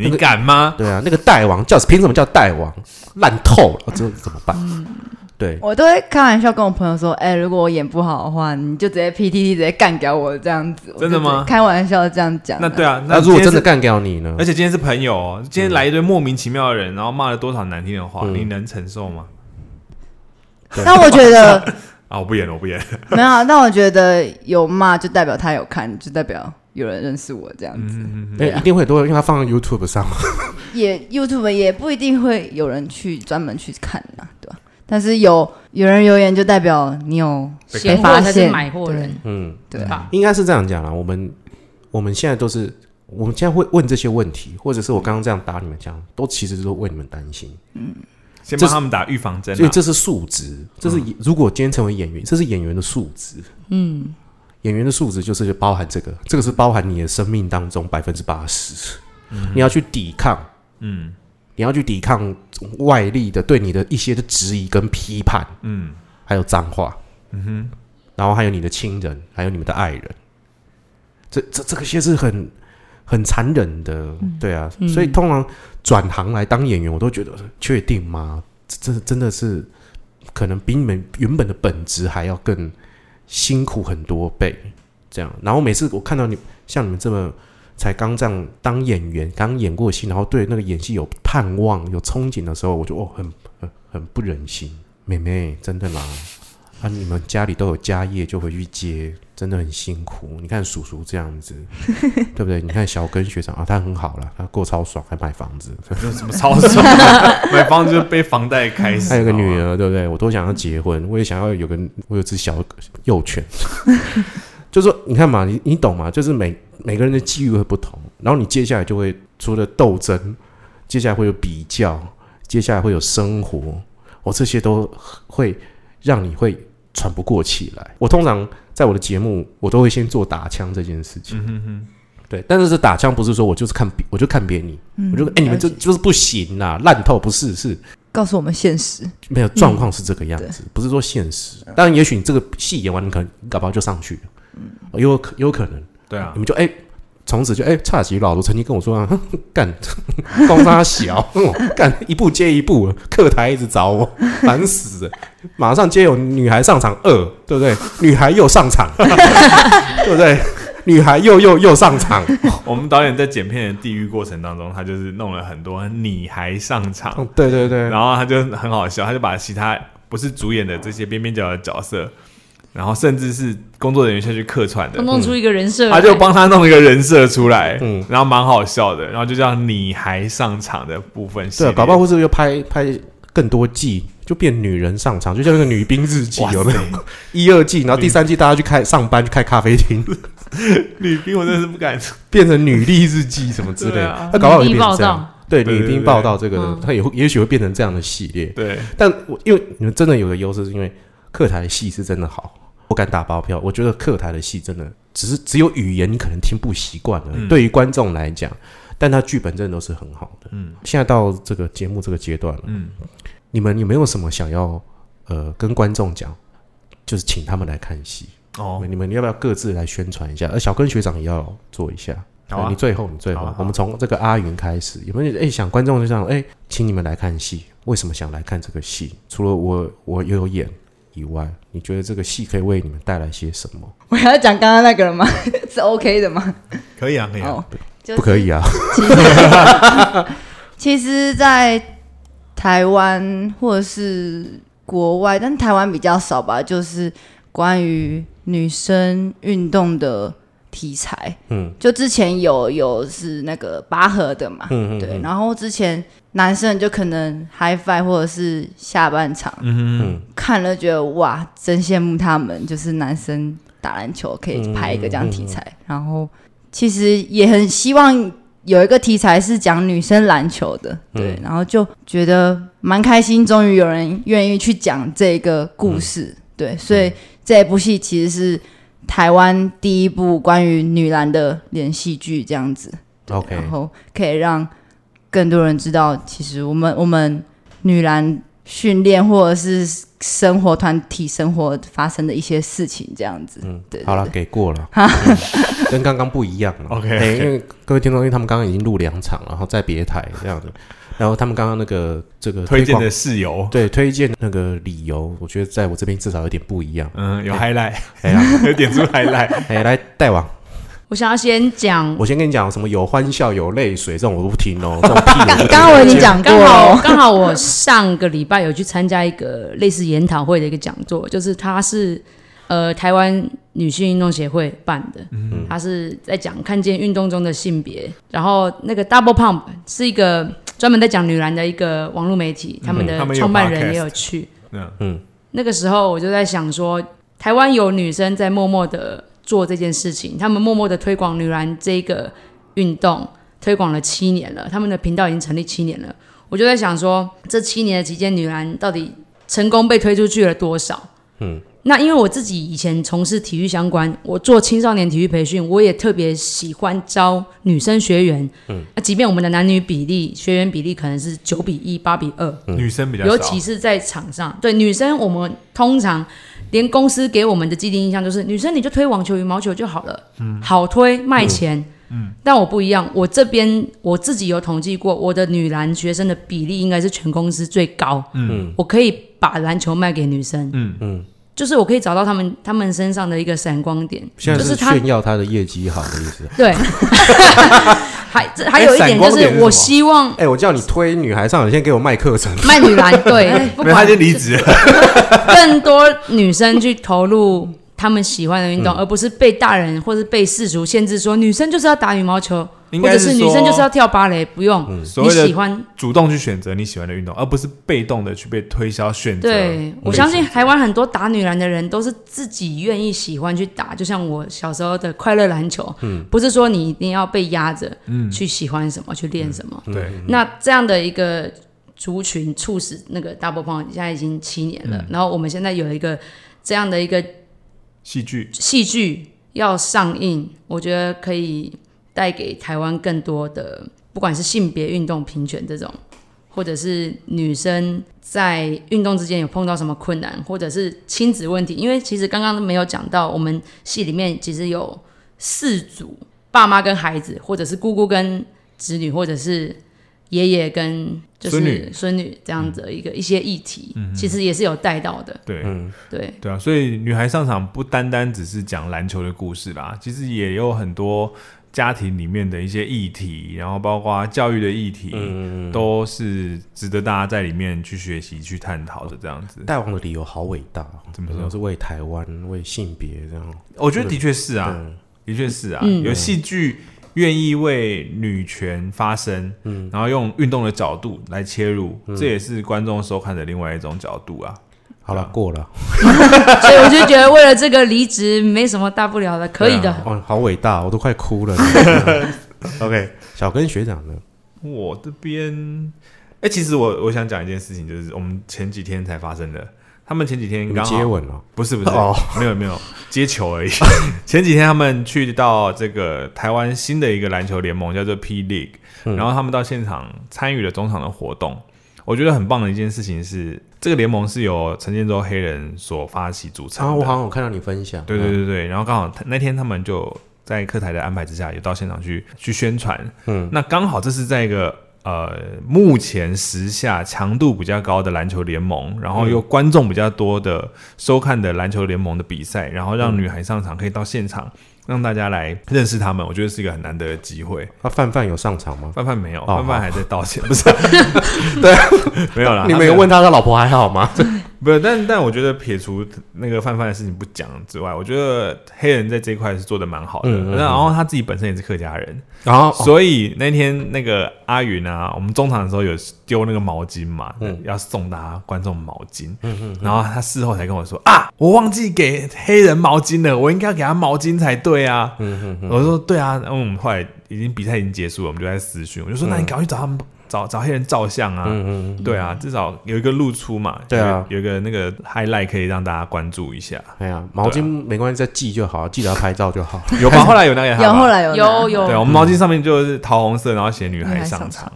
[SPEAKER 4] 你敢吗？
[SPEAKER 1] 对啊，那个代王叫凭什么叫代王？烂透了，这怎么办？对，
[SPEAKER 2] 我都会开玩笑跟我朋友说：“哎、如果我演不好的话，你就直接 PTT 直接干掉我这样子。”我就
[SPEAKER 4] 真的吗
[SPEAKER 2] 直接开玩笑这样讲。
[SPEAKER 4] 那对啊，
[SPEAKER 1] 那如哎果
[SPEAKER 4] 今天
[SPEAKER 1] 真的嗯
[SPEAKER 4] 是，
[SPEAKER 1] 干掉你呢
[SPEAKER 4] 而？且今天是朋友哦，今天来一堆莫名其妙的
[SPEAKER 1] 嗯
[SPEAKER 4] 人，然后骂了多少难听的话，你能承受吗？
[SPEAKER 2] 那我觉得
[SPEAKER 4] 啊，我不演了，我不演了。
[SPEAKER 2] 没有啊，但我觉得有骂就代表他有看，就代表有人认识我这样子。
[SPEAKER 1] 哎、一定会很多人，因为它放到 YouTube 上嘛。
[SPEAKER 2] 也 YouTube 也不一定会有人去专门去看啊，对吧？但是有有人留言，就代表你有
[SPEAKER 4] 被
[SPEAKER 3] 闲货
[SPEAKER 2] 发
[SPEAKER 3] 才是
[SPEAKER 2] 现
[SPEAKER 3] 买货人，
[SPEAKER 1] 嗯，
[SPEAKER 2] 对
[SPEAKER 3] 吧？
[SPEAKER 1] 应该是这样讲啦。我们我们现在都是，我们现在会问这些问题，或者是我刚刚这样打你们讲，都其实都为你们担心。
[SPEAKER 4] 先
[SPEAKER 1] 这
[SPEAKER 4] 帮
[SPEAKER 1] 是
[SPEAKER 4] 他们打预防针
[SPEAKER 1] 所以
[SPEAKER 4] 啊。
[SPEAKER 1] 这是数值，这
[SPEAKER 4] 嗯
[SPEAKER 1] 是、如果今天成为演员，这是演员的数值。
[SPEAKER 3] 嗯，
[SPEAKER 1] 演员的素质就是包含这个，这个是包含你的生命当中百分之八十，你要去抵抗，
[SPEAKER 4] 嗯
[SPEAKER 1] 你要去抵抗外力的对你的一些的质疑跟批判，
[SPEAKER 4] 嗯
[SPEAKER 1] 还有脏话，
[SPEAKER 4] 嗯哼，
[SPEAKER 1] 然后还有你的亲人，还有你们的爱人，这这这个些是很很残忍的，对啊，所以通常转行来当演员，我都觉得呃确定吗？这这真的是可能比你们原本的本职还要更辛苦很多倍，这样。然后每次我看到你像你们这么。才刚这样当演员，刚演过戏，然后对那个演戏有盼望、有憧憬的时候，我就哦，很很很不忍心。妹妹，真的啦，啊，你们家里都有家业，就回去接，真的很辛苦。你看叔叔这样子， 对不对？你看小根学长啊，他很好啦，他过超爽，还买房子，
[SPEAKER 4] 有什么 操作？买房就是被房贷开始。啊
[SPEAKER 1] 还有个女
[SPEAKER 4] 好吗，
[SPEAKER 1] 儿，对不对？我都想要结婚，我也想要有个，我有只小幼犬。 就说你看嘛，你你懂吗？就是每每个人的际遇会不同，然后你接下来就会除了斗争，接下来会有比较，接下来会有生活，哦，这些都会让你会喘不过气来。我通常在我的节目，我都会先做打枪这件事情。
[SPEAKER 4] 嗯哼哼，
[SPEAKER 1] 对，但是这打枪不是说我就是看别，我就看扁你，我就哎、你们
[SPEAKER 2] 嗯了解
[SPEAKER 1] 这就是不行啦，烂透不是是。
[SPEAKER 2] 告诉我们现实，
[SPEAKER 1] 没有状况是这个样子，不是说现实。当然，也许你这个戏演完，你可能搞不好就上去了，也有可也有可能，
[SPEAKER 4] 对啊
[SPEAKER 1] 你，们就哎，从、此就哎，差几老罗曾经跟我说啊， 哼干，光他小， 哼干一步接一步，客台一直找我，烦死了。马上接有女孩上场二，对不对？女孩又上场， 对不对？女孩又又又上场，
[SPEAKER 4] 我们导演在剪片的地狱过程当中，他就是弄了很多你还上场，
[SPEAKER 1] 嗯对对对，
[SPEAKER 4] 然后他就很好笑，他就把其他不是主演的这些边边角角的角色，然后甚至是工作人员下去客串的
[SPEAKER 3] 都，弄出一个人设来，
[SPEAKER 4] 他就帮他弄一个人设出来，
[SPEAKER 1] 嗯
[SPEAKER 4] 然后蛮好笑的，然后就叫你还上场的部分系
[SPEAKER 1] 对
[SPEAKER 4] 列，
[SPEAKER 1] 啊，搞不好会是又拍拍更多季，就变女人上场，就像那个女兵日记
[SPEAKER 4] 哇塞
[SPEAKER 1] 有没有？一二季，然
[SPEAKER 4] 嗯
[SPEAKER 1] 后第三季大家去开上班去开咖啡厅，
[SPEAKER 4] 女兵我真的是不敢，
[SPEAKER 1] 变成女力日记什么之类
[SPEAKER 4] 对
[SPEAKER 1] 的
[SPEAKER 4] 啊，
[SPEAKER 1] 那搞不好就
[SPEAKER 3] 女力
[SPEAKER 1] 变成这
[SPEAKER 3] 报
[SPEAKER 1] 样
[SPEAKER 3] 道。
[SPEAKER 1] 对
[SPEAKER 4] 对对
[SPEAKER 1] 女兵
[SPEAKER 4] 对
[SPEAKER 1] 报道这个
[SPEAKER 3] 嗯，
[SPEAKER 1] 它也会也许会变成这样的系列。
[SPEAKER 4] 对，
[SPEAKER 1] 但我因为你们真的有个优势，是因为客台的戏是真的好，我敢打包票，我觉得客台的戏真的只是只有语言你可能听不习惯了，
[SPEAKER 4] 嗯
[SPEAKER 1] 对于观众来讲，但它剧本真的都是很好的。
[SPEAKER 4] 嗯
[SPEAKER 1] 现在到这个节目这个阶段了。
[SPEAKER 4] 嗯，
[SPEAKER 1] 你们有没有什么想要呃跟观众讲？就是请他们来看戏，
[SPEAKER 4] 哦，
[SPEAKER 1] 你们要不要各自来宣传一下？呃而小根学长也要做一下。哎
[SPEAKER 4] 好啊
[SPEAKER 1] 你最后，你最后，
[SPEAKER 4] 好啊好啊
[SPEAKER 1] 我们从这个阿云开始，有没有？哎、想观众就想，哎、请你们来看戏，为什么想来看这个戏？除了我我也有演以外，你觉得这个戏可以为你们带来些什么？
[SPEAKER 2] 我要讲刚刚那个了吗？ 是 OK 的吗？
[SPEAKER 4] 可以啊，可以啊，
[SPEAKER 2] 哦，就
[SPEAKER 1] 哎不可以 啊！
[SPEAKER 2] 其实，其实在台湾或者是国外，但台湾比较少吧，就是关于女生运动的题材。
[SPEAKER 1] 嗯，
[SPEAKER 2] 就之前有有是那个拔河的嘛，
[SPEAKER 1] 嗯嗯
[SPEAKER 2] 对，
[SPEAKER 1] 嗯
[SPEAKER 2] 然后之前男生就可能 high five 或者是下半场、
[SPEAKER 4] 嗯哼，
[SPEAKER 1] 嗯，
[SPEAKER 2] 看了，觉得哇，真羡慕他们，就是男生打篮球可
[SPEAKER 1] 嗯
[SPEAKER 2] 以拍一个这样题材，然后其实也很希望有一个题材是讲女生篮球的，
[SPEAKER 1] 嗯
[SPEAKER 2] 对，然后就觉得蛮开心，终于有人愿意去讲这个故事，
[SPEAKER 1] 嗯
[SPEAKER 2] 对，所以这部戏其实是台湾第一部关于女篮的连续剧这样子，对
[SPEAKER 1] OK
[SPEAKER 2] 然后可以让更多人知道，其实我们我们女篮训练或者是生活团体生活发生的一些事情这样子，嗯，对
[SPEAKER 1] 好了，，给过 了，嗯跟刚刚不一样了。
[SPEAKER 4] OK，OK
[SPEAKER 1] 哎因为各位听众，因为他们刚刚已经录两场了，然后在别台这样子，然后他们刚刚那个这个
[SPEAKER 4] 推荐
[SPEAKER 1] 广
[SPEAKER 4] 的室友，
[SPEAKER 1] 对推荐那个理由，我觉得在我这边至少有点不一样。
[SPEAKER 4] 嗯，有 highlight，
[SPEAKER 1] 哎呀，
[SPEAKER 4] 有点出 highlight，
[SPEAKER 1] 哎，来大王，
[SPEAKER 3] 我想要先讲，
[SPEAKER 1] 我先跟你讲，什么有欢笑有泪水这种我都不听哦，这种屁我都不听
[SPEAKER 2] 刚刚我已经讲过
[SPEAKER 3] 刚好
[SPEAKER 2] 了，
[SPEAKER 3] 刚好我上个礼拜有去参加一个类似研讨会的一个讲座，就是它是呃台湾女性运动协会办的，
[SPEAKER 4] 嗯
[SPEAKER 3] 它是在讲看见运动中的性别，然后那个 Double Pump 是一个专门在讲女篮的一个网络媒体，他们的
[SPEAKER 4] 嗯他们有
[SPEAKER 3] 创办人
[SPEAKER 4] podcast
[SPEAKER 3] 也有去，
[SPEAKER 4] 嗯
[SPEAKER 3] 那个时候我就在想说，台湾有女生在默默的做这件事情，她们默默的推广女篮这个运动，推广了七年了，他们的频道已经成立七年了。我就在想说，这七年的期间，女篮到底成功被推出去了多少？嗯，那因为我自己以前从事体育相关，我做青少年体育培训，我也特别喜欢招女生学员。嗯，那即便我们的男女比例、学员比例可能是九比一、八比二，
[SPEAKER 1] 嗯
[SPEAKER 4] 女生比较少，
[SPEAKER 3] 尤其是在场上，对女生，我们通常连公司给我们的既定印象就是，女生你就推网球、羽毛球就好了，
[SPEAKER 4] 嗯
[SPEAKER 3] 好推卖钱。嗯，但我不一样，我这边我自己有统计过，我的女篮学生的比例应该是全公司最高。嗯，我可以把篮球卖给女生。
[SPEAKER 4] 嗯
[SPEAKER 3] 嗯，就是我可以找到她们她们身上的一个闪光点，
[SPEAKER 1] 现在
[SPEAKER 3] 就是是她
[SPEAKER 1] 炫耀他的业绩好的意思。
[SPEAKER 3] 对。 还这还有一
[SPEAKER 4] 哎闪
[SPEAKER 3] 点
[SPEAKER 4] 光
[SPEAKER 3] 就
[SPEAKER 4] 点是
[SPEAKER 3] 是
[SPEAKER 4] 什，么
[SPEAKER 3] 我希望
[SPEAKER 1] 哎、我叫你推女孩上，你先给我卖课程。
[SPEAKER 3] 卖女篮，对，不
[SPEAKER 4] 没有，
[SPEAKER 3] 管
[SPEAKER 4] 他已经离职了，
[SPEAKER 3] 更多女生去投入她们喜欢的
[SPEAKER 4] 嗯
[SPEAKER 3] 运动，而不是被大人或是被世俗限制说女生就是要打羽毛球，
[SPEAKER 4] 应
[SPEAKER 3] 或
[SPEAKER 4] 该
[SPEAKER 3] 者是女
[SPEAKER 4] 说
[SPEAKER 3] 生就是要跳芭蕾，不用、
[SPEAKER 4] 所
[SPEAKER 3] 你
[SPEAKER 4] 谓
[SPEAKER 3] 喜
[SPEAKER 4] 的
[SPEAKER 3] 欢。
[SPEAKER 4] 主动去选择你喜欢的运动，而不是被动的去嗯被推销选择。
[SPEAKER 3] 对，我相信台湾很多打女篮的人都是自己愿意喜欢去打，就像我小时候的快乐篮球，
[SPEAKER 4] 嗯
[SPEAKER 3] 不是说你一定要被压着去喜欢什么、去练什么。
[SPEAKER 4] 对，
[SPEAKER 3] 那这样的一个族群促使那个 Double p o n 现在已经七年了，
[SPEAKER 4] 嗯
[SPEAKER 3] 然后我们现在有一个这样的一个
[SPEAKER 4] 戏剧
[SPEAKER 3] 戏剧要上映，我觉得可以带给台湾更多的，不管是性别运动平权这种，或者是女生在运动之间有碰到什么困难，或者是亲子问题。因为其实刚刚没有讲到，我们戏里面其实有四组爸妈跟孩子，或者是姑姑跟子女，或者是爷爷跟就
[SPEAKER 4] 孙女
[SPEAKER 3] 是孙女这样子的一个、一些议题，其实也是有带到的。
[SPEAKER 4] 对。
[SPEAKER 3] 对，
[SPEAKER 4] 对啊，所以女孩上场不单单只是讲篮球的故事啦，其实也有很多家庭里面的一些议题，然后包括教育的议题，都是值得大家在里面去学习、去探讨的。这样子，
[SPEAKER 1] 大王的理由好伟大哦，
[SPEAKER 4] 怎么
[SPEAKER 1] 然
[SPEAKER 4] 说
[SPEAKER 1] 后是为台湾、为性别这样。
[SPEAKER 4] 我觉得的确是啊，的确是啊，有戏剧愿意为女权发声，然后用运动的角度来切入，这也是观众收看的另外一种角度啊。
[SPEAKER 1] 好了，过了，
[SPEAKER 3] 所以我就觉得为了这个离职没什么大不了的，可以的。
[SPEAKER 4] 啊
[SPEAKER 1] 哦，好伟大，我都快哭 了。OK，小根学长呢？
[SPEAKER 4] 我这边，哎、其实我我想讲一件事情，就是我们前几天才发生的。他们前几天
[SPEAKER 1] 你
[SPEAKER 4] 刚
[SPEAKER 1] 们
[SPEAKER 4] 好
[SPEAKER 1] 接吻了？
[SPEAKER 4] 不是不是，
[SPEAKER 1] 哦
[SPEAKER 4] 没有没有接 球而已。前几天他们去到这个台湾新的一个篮球联盟叫做 P League，、然
[SPEAKER 1] 嗯
[SPEAKER 4] 后他们到现场参与了中场的活动。我觉得很棒的一件事情是，这个联盟是由陈建州黑人所发起组成
[SPEAKER 1] 啊，
[SPEAKER 4] 的。
[SPEAKER 1] 我好像有看到你分享。
[SPEAKER 4] 对对对对，然后刚好他那天他们就在客台的安排之下，有到现场去去宣传。嗯，那刚好这是在一个呃目前时下强度比较高的篮球联盟，然后
[SPEAKER 1] 嗯
[SPEAKER 4] 又观众比较多的收看的篮球联盟的比赛，然后让
[SPEAKER 1] 嗯
[SPEAKER 4] 女孩上场可以到现场。让大家来认识他们，我觉得是一个很难得的机会。
[SPEAKER 1] 那范范有上场吗？
[SPEAKER 4] 范范没有，
[SPEAKER 1] 哦
[SPEAKER 4] 范范还在道歉，不是？ 对，没有 啦。
[SPEAKER 1] 你
[SPEAKER 4] 他
[SPEAKER 1] 们有
[SPEAKER 4] 没
[SPEAKER 1] 问他他老婆还好 吗？
[SPEAKER 4] 不是，但但我觉得撇除那个泛泛的事情不讲之外，我觉得黑人在这一块是做的蛮好的。
[SPEAKER 1] 嗯嗯嗯
[SPEAKER 4] 然后他自己本身也是客家人，
[SPEAKER 1] 然后
[SPEAKER 4] 所以那天那个阿云啊，我们中场的时候有丢那个毛巾嘛，要送大家观众毛巾。然后他事后才跟我说啊，我忘记给黑人毛巾了，我应该给他毛巾才对啊。我说对啊，然后我们后来已经比赛已经结束了，我们就在私讯，我就说那你赶快去找他们。找找黑人照相啊，对啊，至少有一个露出嘛，
[SPEAKER 1] 对啊
[SPEAKER 4] 有一个有一个那个 highlight 可以让大家关注一下，
[SPEAKER 1] 哎呀，毛巾
[SPEAKER 4] 啊
[SPEAKER 1] 没关系，再寄就好，记得要拍照就好。
[SPEAKER 4] 有吧？后来有那个
[SPEAKER 2] 有后来
[SPEAKER 4] 来，
[SPEAKER 2] 有拿
[SPEAKER 3] 有有
[SPEAKER 4] 对，我们毛巾上面就是桃红色，然后写女
[SPEAKER 2] 女
[SPEAKER 4] 孩
[SPEAKER 2] 孩
[SPEAKER 4] 上
[SPEAKER 2] 上
[SPEAKER 4] 场，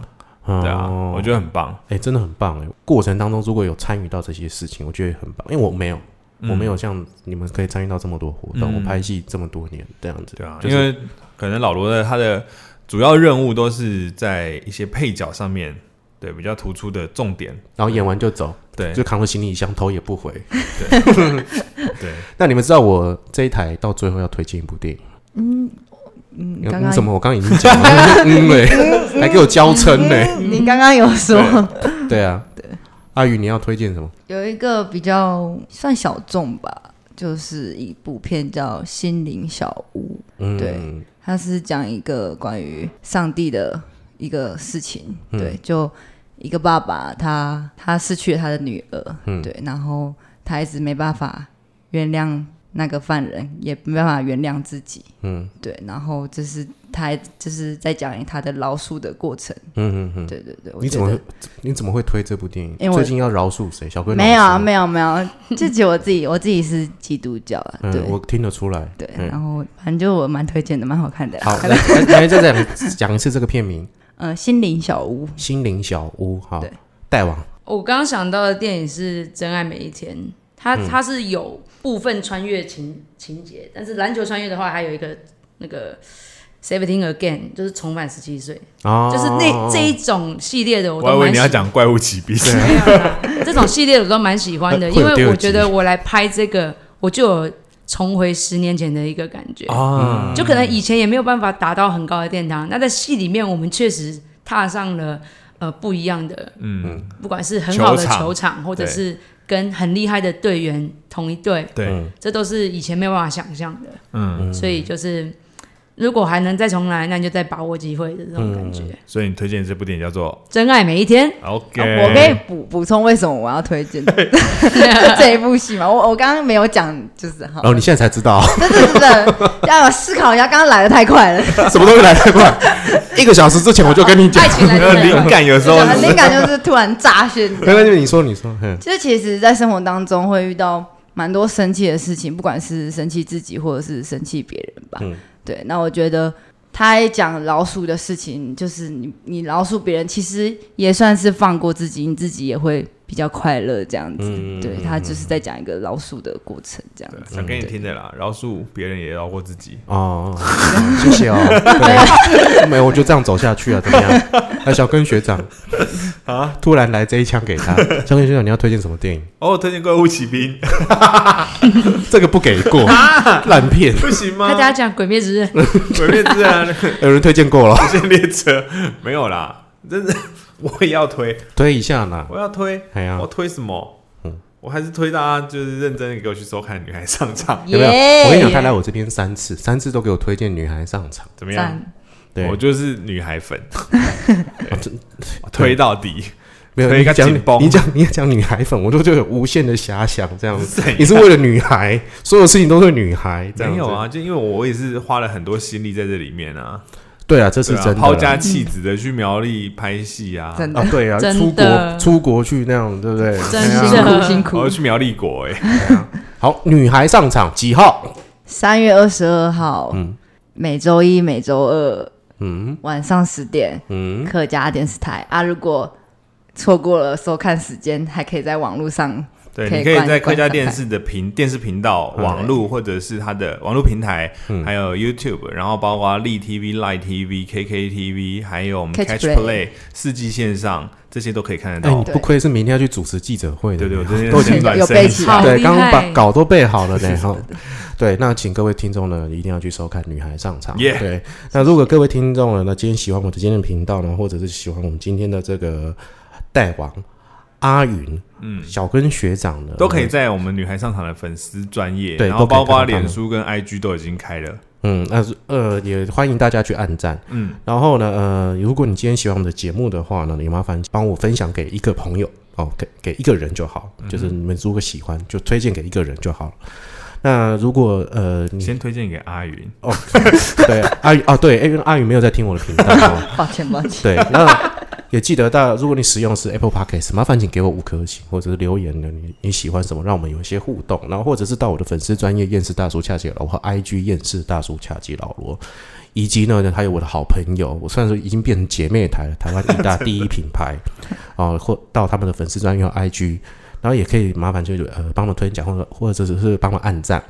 [SPEAKER 1] 对
[SPEAKER 4] 对啊，我觉得很棒。
[SPEAKER 1] 哎、真的很棒哎！过程当中如果有参与到这些事情，我觉得很棒，因为我没有，我没有像你们可以参与到这么多活动，
[SPEAKER 4] 嗯
[SPEAKER 1] 我拍戏这么多年这样子，
[SPEAKER 4] 对啊，
[SPEAKER 1] 就是
[SPEAKER 4] 因为可能老罗的他的主要任务都是在一些配角上面，对比较突出的重点，
[SPEAKER 1] 然后演完就走，
[SPEAKER 4] 对
[SPEAKER 1] 就扛着行李箱，头也不回。
[SPEAKER 4] 对，
[SPEAKER 1] 那你们知道我这一台到最后要推荐一部电影，
[SPEAKER 2] 嗯，
[SPEAKER 1] 嗯
[SPEAKER 2] 刚刚
[SPEAKER 1] 什么？我刚刚已经讲了，嗯嘞，还给我娇嗔呢。
[SPEAKER 2] 你刚刚有说
[SPEAKER 1] 对啊，对。阿宇，你要推荐什么？
[SPEAKER 2] 有一个比较算小众吧，就是一部片叫《心灵小屋》，
[SPEAKER 1] 嗯，
[SPEAKER 2] 对它是讲一个关于上帝的一个事情，
[SPEAKER 1] 嗯
[SPEAKER 2] 对，就一个爸爸他他失去了他的女儿，
[SPEAKER 1] 嗯
[SPEAKER 2] 对，然后他一直没办法原谅那个犯人，也没办法原谅自己，
[SPEAKER 1] 嗯
[SPEAKER 2] 对，然后这是他就是在讲他的饶恕的过程，
[SPEAKER 1] 嗯嗯嗯。
[SPEAKER 2] 对对对，我
[SPEAKER 1] 你
[SPEAKER 2] 觉
[SPEAKER 1] 怎么
[SPEAKER 2] 得
[SPEAKER 1] 会你怎么会推这部电
[SPEAKER 2] 因为
[SPEAKER 1] 影？
[SPEAKER 2] 我
[SPEAKER 1] 最近要饶恕谁？小龟
[SPEAKER 2] 没有啊，
[SPEAKER 1] 啊，
[SPEAKER 2] 没有没有，自己我自己我自己是基督教啊，对
[SPEAKER 1] 嗯，我听得出来。
[SPEAKER 2] 对，
[SPEAKER 1] 嗯
[SPEAKER 2] 然后反正就我蛮推荐的，蛮好看的啦。啊
[SPEAKER 1] 好，来来来再讲讲一次这个片名
[SPEAKER 2] 呃，心灵小屋
[SPEAKER 1] 《心灵小屋》好
[SPEAKER 2] 对，
[SPEAKER 1] 大王
[SPEAKER 3] 我刚刚想到的电影是《真爱每一天》，它、
[SPEAKER 4] 嗯
[SPEAKER 3] 它是有部分穿越情情节，但是篮球穿越的话，还有一个那个 Seventeen Again，就是重返十七岁，
[SPEAKER 1] 啊，
[SPEAKER 3] 就是那这一种系列的我
[SPEAKER 4] 哦我还
[SPEAKER 3] 都
[SPEAKER 4] 以为
[SPEAKER 3] 蛮
[SPEAKER 4] 你
[SPEAKER 3] 喜
[SPEAKER 4] 要讲怪物奇兵，
[SPEAKER 1] 对
[SPEAKER 3] 没有啦，这种系列我都蛮喜欢的，
[SPEAKER 1] 会有
[SPEAKER 3] 因
[SPEAKER 1] 第
[SPEAKER 3] 为
[SPEAKER 1] 二
[SPEAKER 3] 我
[SPEAKER 1] 集
[SPEAKER 3] 觉得我来拍这个，我就有重回十年前的一个感觉。
[SPEAKER 4] 啊，
[SPEAKER 3] 就可能以前也没有办法达到很高的殿堂，那在戏里面我们确实踏上了呃不一样的，
[SPEAKER 4] 嗯，
[SPEAKER 3] 不管是很好的
[SPEAKER 4] 球场
[SPEAKER 3] 球场，或者
[SPEAKER 4] 对
[SPEAKER 3] 是跟很厉害的队员同一队，
[SPEAKER 4] 对，
[SPEAKER 3] 这都是以前没有办法想象的。
[SPEAKER 4] 嗯，
[SPEAKER 3] 所以就是如果还能再重来，那你就再把握机会的这种
[SPEAKER 4] 嗯
[SPEAKER 3] 感觉。
[SPEAKER 4] 所以你推荐这部电影叫做
[SPEAKER 3] 真爱每一 天，
[SPEAKER 4] OK，
[SPEAKER 2] 啊我可以补补充为什么我要推荐 这一部戏嘛？我我刚刚没有讲，就是好
[SPEAKER 1] 然，哦后你现在才知道，
[SPEAKER 2] 真的真的要思考一下，刚刚来的太快 了。
[SPEAKER 1] 什么东西来太快？一个小时之前我就跟你讲
[SPEAKER 3] 爱，情来
[SPEAKER 4] 那
[SPEAKER 3] 的
[SPEAKER 4] 灵感 有时 候
[SPEAKER 2] 很灵感就是突然乍现，
[SPEAKER 1] 没关系，你说你说，嗯
[SPEAKER 2] 就是其实，在生活当中会遇到蛮多生气的事情，不管是生气自己或者是生气别人吧。
[SPEAKER 1] 嗯
[SPEAKER 2] 对，那我觉得他也讲老鼠的事情，就是你你老鼠别人，其实也算是放过自己，你自己也会比较快乐这样子。
[SPEAKER 1] 嗯
[SPEAKER 2] 对他就是在讲一个老鼠的过程这样
[SPEAKER 4] 对
[SPEAKER 2] 子。
[SPEAKER 4] 讲给你听的啦，饶恕别人也饶过自己。
[SPEAKER 1] 哦，谢谢哦。对，没有，我就这样走下去啊，怎么样？那小根学长啊，突然来这一枪给他。小根学长，你要推荐什么电影？
[SPEAKER 4] 哦，我推荐《怪物奇兵》
[SPEAKER 1] 这个不给过，烂片，
[SPEAKER 4] 不行吗
[SPEAKER 3] 大？家讲《鬼灭之刃》
[SPEAKER 4] 鬼灭之刃啊、
[SPEAKER 1] 有人推荐过了，
[SPEAKER 4] 无限列车没有啦，真的我也要推，
[SPEAKER 1] 推一下啦。
[SPEAKER 4] 我要推，
[SPEAKER 1] 哎呀
[SPEAKER 4] 我，推什么？
[SPEAKER 1] 嗯
[SPEAKER 4] 我还是推大家就是认真的给我去收看《女孩上场
[SPEAKER 1] 有没有？我跟你讲，他来
[SPEAKER 2] 耶
[SPEAKER 1] 我这边三次，三次都给我推荐女孩上场。》
[SPEAKER 4] 怎么样？
[SPEAKER 2] 赞，
[SPEAKER 1] 对哦
[SPEAKER 4] 我，就是女孩 粉，对 推到底。
[SPEAKER 1] 没有
[SPEAKER 4] 推
[SPEAKER 1] 你
[SPEAKER 4] 一个
[SPEAKER 1] 讲
[SPEAKER 4] 紧绷
[SPEAKER 1] 你讲你讲女孩粉，我都就有无限的遐想这样子
[SPEAKER 4] 是怎样。
[SPEAKER 1] 你是为了女孩，所有事情都是女孩这样
[SPEAKER 4] 没
[SPEAKER 1] 子。
[SPEAKER 4] 有啊，就因为我也是花了很多心力在这里面啊，
[SPEAKER 1] 对啊，这是真
[SPEAKER 4] 对
[SPEAKER 1] 的
[SPEAKER 4] 啊，
[SPEAKER 1] 啦。
[SPEAKER 4] 抛家弃子的去苗栗拍戏啊，
[SPEAKER 2] 真
[SPEAKER 1] 啊
[SPEAKER 2] 的，
[SPEAKER 1] 对啊，
[SPEAKER 3] 真
[SPEAKER 1] 出国
[SPEAKER 3] 的
[SPEAKER 1] 出国去那样，对不对？
[SPEAKER 3] 真
[SPEAKER 1] 哎呀
[SPEAKER 2] 辛苦
[SPEAKER 3] 的
[SPEAKER 2] 辛
[SPEAKER 4] 我
[SPEAKER 2] 苦
[SPEAKER 4] 要。去苗栗国哎、
[SPEAKER 1] 好，女孩上场几号？
[SPEAKER 2] 三月二十二号，每周一、每周二
[SPEAKER 1] 嗯
[SPEAKER 2] 晚上十点，
[SPEAKER 1] 嗯，
[SPEAKER 2] 客家电视台啊。如果错过了收看时间，还可以在网络上
[SPEAKER 4] 对，
[SPEAKER 2] 可以
[SPEAKER 4] 你可以
[SPEAKER 2] 观
[SPEAKER 4] 在客家
[SPEAKER 2] 观看
[SPEAKER 4] 电视的频电视频道、
[SPEAKER 1] 嗯
[SPEAKER 4] 网络或者是它的网络平台，还有 YouTube，然后包括立 TV、Line TV、KKTV，还有我们
[SPEAKER 2] Catch
[SPEAKER 4] Catch
[SPEAKER 2] Play
[SPEAKER 4] Play 四季线上这些都可以看得
[SPEAKER 1] 哎，你
[SPEAKER 4] 到。
[SPEAKER 1] 不愧是明天要去主持记者会的，
[SPEAKER 4] 对对，我这些
[SPEAKER 1] 都已
[SPEAKER 4] 是
[SPEAKER 1] 经
[SPEAKER 2] 有
[SPEAKER 4] 暖
[SPEAKER 2] 有
[SPEAKER 4] 身
[SPEAKER 2] 背
[SPEAKER 4] 一
[SPEAKER 2] 起
[SPEAKER 4] 下
[SPEAKER 3] 来好
[SPEAKER 1] 对，
[SPEAKER 3] 厉
[SPEAKER 1] 刚刚把
[SPEAKER 3] 害
[SPEAKER 1] 稿都背 好了呢哈。对，那请各位听众呢，一定要去收看《女孩上场》。
[SPEAKER 4] Yeah
[SPEAKER 1] 对，那如果各位听众呢，那今天喜欢我的今天的频道呢，或者是喜欢我们今天的这个代王阿云，嗯，小根学长呢，
[SPEAKER 4] 都可以在我们女孩上场的粉丝专业，
[SPEAKER 1] 对
[SPEAKER 4] 然后
[SPEAKER 1] 都可以
[SPEAKER 4] 包括
[SPEAKER 1] 看到他们
[SPEAKER 4] 脸书跟 IG 都已经开了。
[SPEAKER 1] 嗯，那是呃也欢迎大家去按赞，嗯，然后呢，呃，如果你今天喜欢我们的节目的话呢，你麻烦帮我分享给一个朋友哦，给给一个人就好，
[SPEAKER 4] 嗯
[SPEAKER 1] 就是你们如果喜欢就推荐给一个人就好了。那如果呃你
[SPEAKER 4] 先推荐给阿云，
[SPEAKER 1] 哦对阿宇啊对，因为阿宇没有在听我的频道、哦，
[SPEAKER 2] 抱歉抱 歉，
[SPEAKER 1] 对，那也记得大家，如果你使用的是 Apple Podcast，麻烦请给我五颗星，或者是留言呢，你你喜欢什么，让我们有一些互动，然后或者是到我的粉丝专业厌世大叔恰吉老罗和 IG 厌世大叔恰吉老罗，以及呢还有我的好朋友，我虽然说已经变成姐妹台了，台湾一大 第一品牌啊、或到他们的粉丝专业和 IG，然后也可以麻烦就是呃帮忙推荐，或者或者只是帮忙按赞。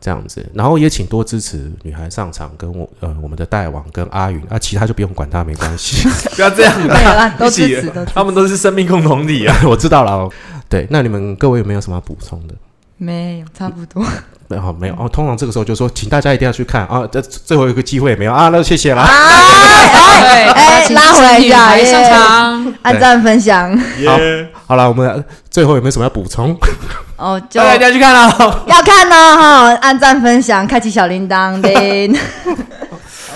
[SPEAKER 1] 这样子，然后也请多支持女孩上场，跟我呃我们的代网跟阿云啊，其他就不用管他没关系。
[SPEAKER 4] 不要这样
[SPEAKER 2] 没有啦，都
[SPEAKER 4] 啊 一
[SPEAKER 2] 支
[SPEAKER 4] 起
[SPEAKER 2] 持都支持。
[SPEAKER 4] 他们都是生命共同体啊。
[SPEAKER 1] 我知道了。对，那你们各位有没有什么要补充的？
[SPEAKER 5] 没有，差不多。
[SPEAKER 1] 没有没有哦，通常这个时候就说，请大家一定要去看啊，这最后一个机会也没有啊，那谢谢啦。
[SPEAKER 3] 哎
[SPEAKER 2] 哎拉回来一下
[SPEAKER 3] 来上
[SPEAKER 2] 耶
[SPEAKER 3] 场。
[SPEAKER 2] 按赞分享
[SPEAKER 1] 好了，我们最后有没有什么要补充？
[SPEAKER 2] 哦，就
[SPEAKER 4] 大家一定要去看啊了。
[SPEAKER 2] 要看哦哈，按赞分享，开启小铃铛铃。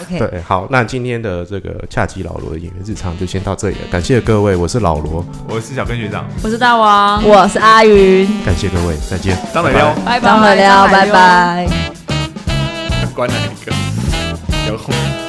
[SPEAKER 2] OK，
[SPEAKER 1] 对，好，那今天的这个恰吉老罗的演员日常就先到这里了，感谢各位，我是老罗，
[SPEAKER 4] 我是小根学长，
[SPEAKER 3] 我是大王，
[SPEAKER 2] 我是阿云，
[SPEAKER 1] 感谢各位，再见，
[SPEAKER 4] 张磊哦
[SPEAKER 1] 拜拜
[SPEAKER 3] 拜拜，
[SPEAKER 4] 撩
[SPEAKER 2] 张和
[SPEAKER 3] 张
[SPEAKER 2] 聊，
[SPEAKER 3] 海
[SPEAKER 2] 拜
[SPEAKER 3] 溜。
[SPEAKER 2] 拜。
[SPEAKER 4] 关了一个遥控。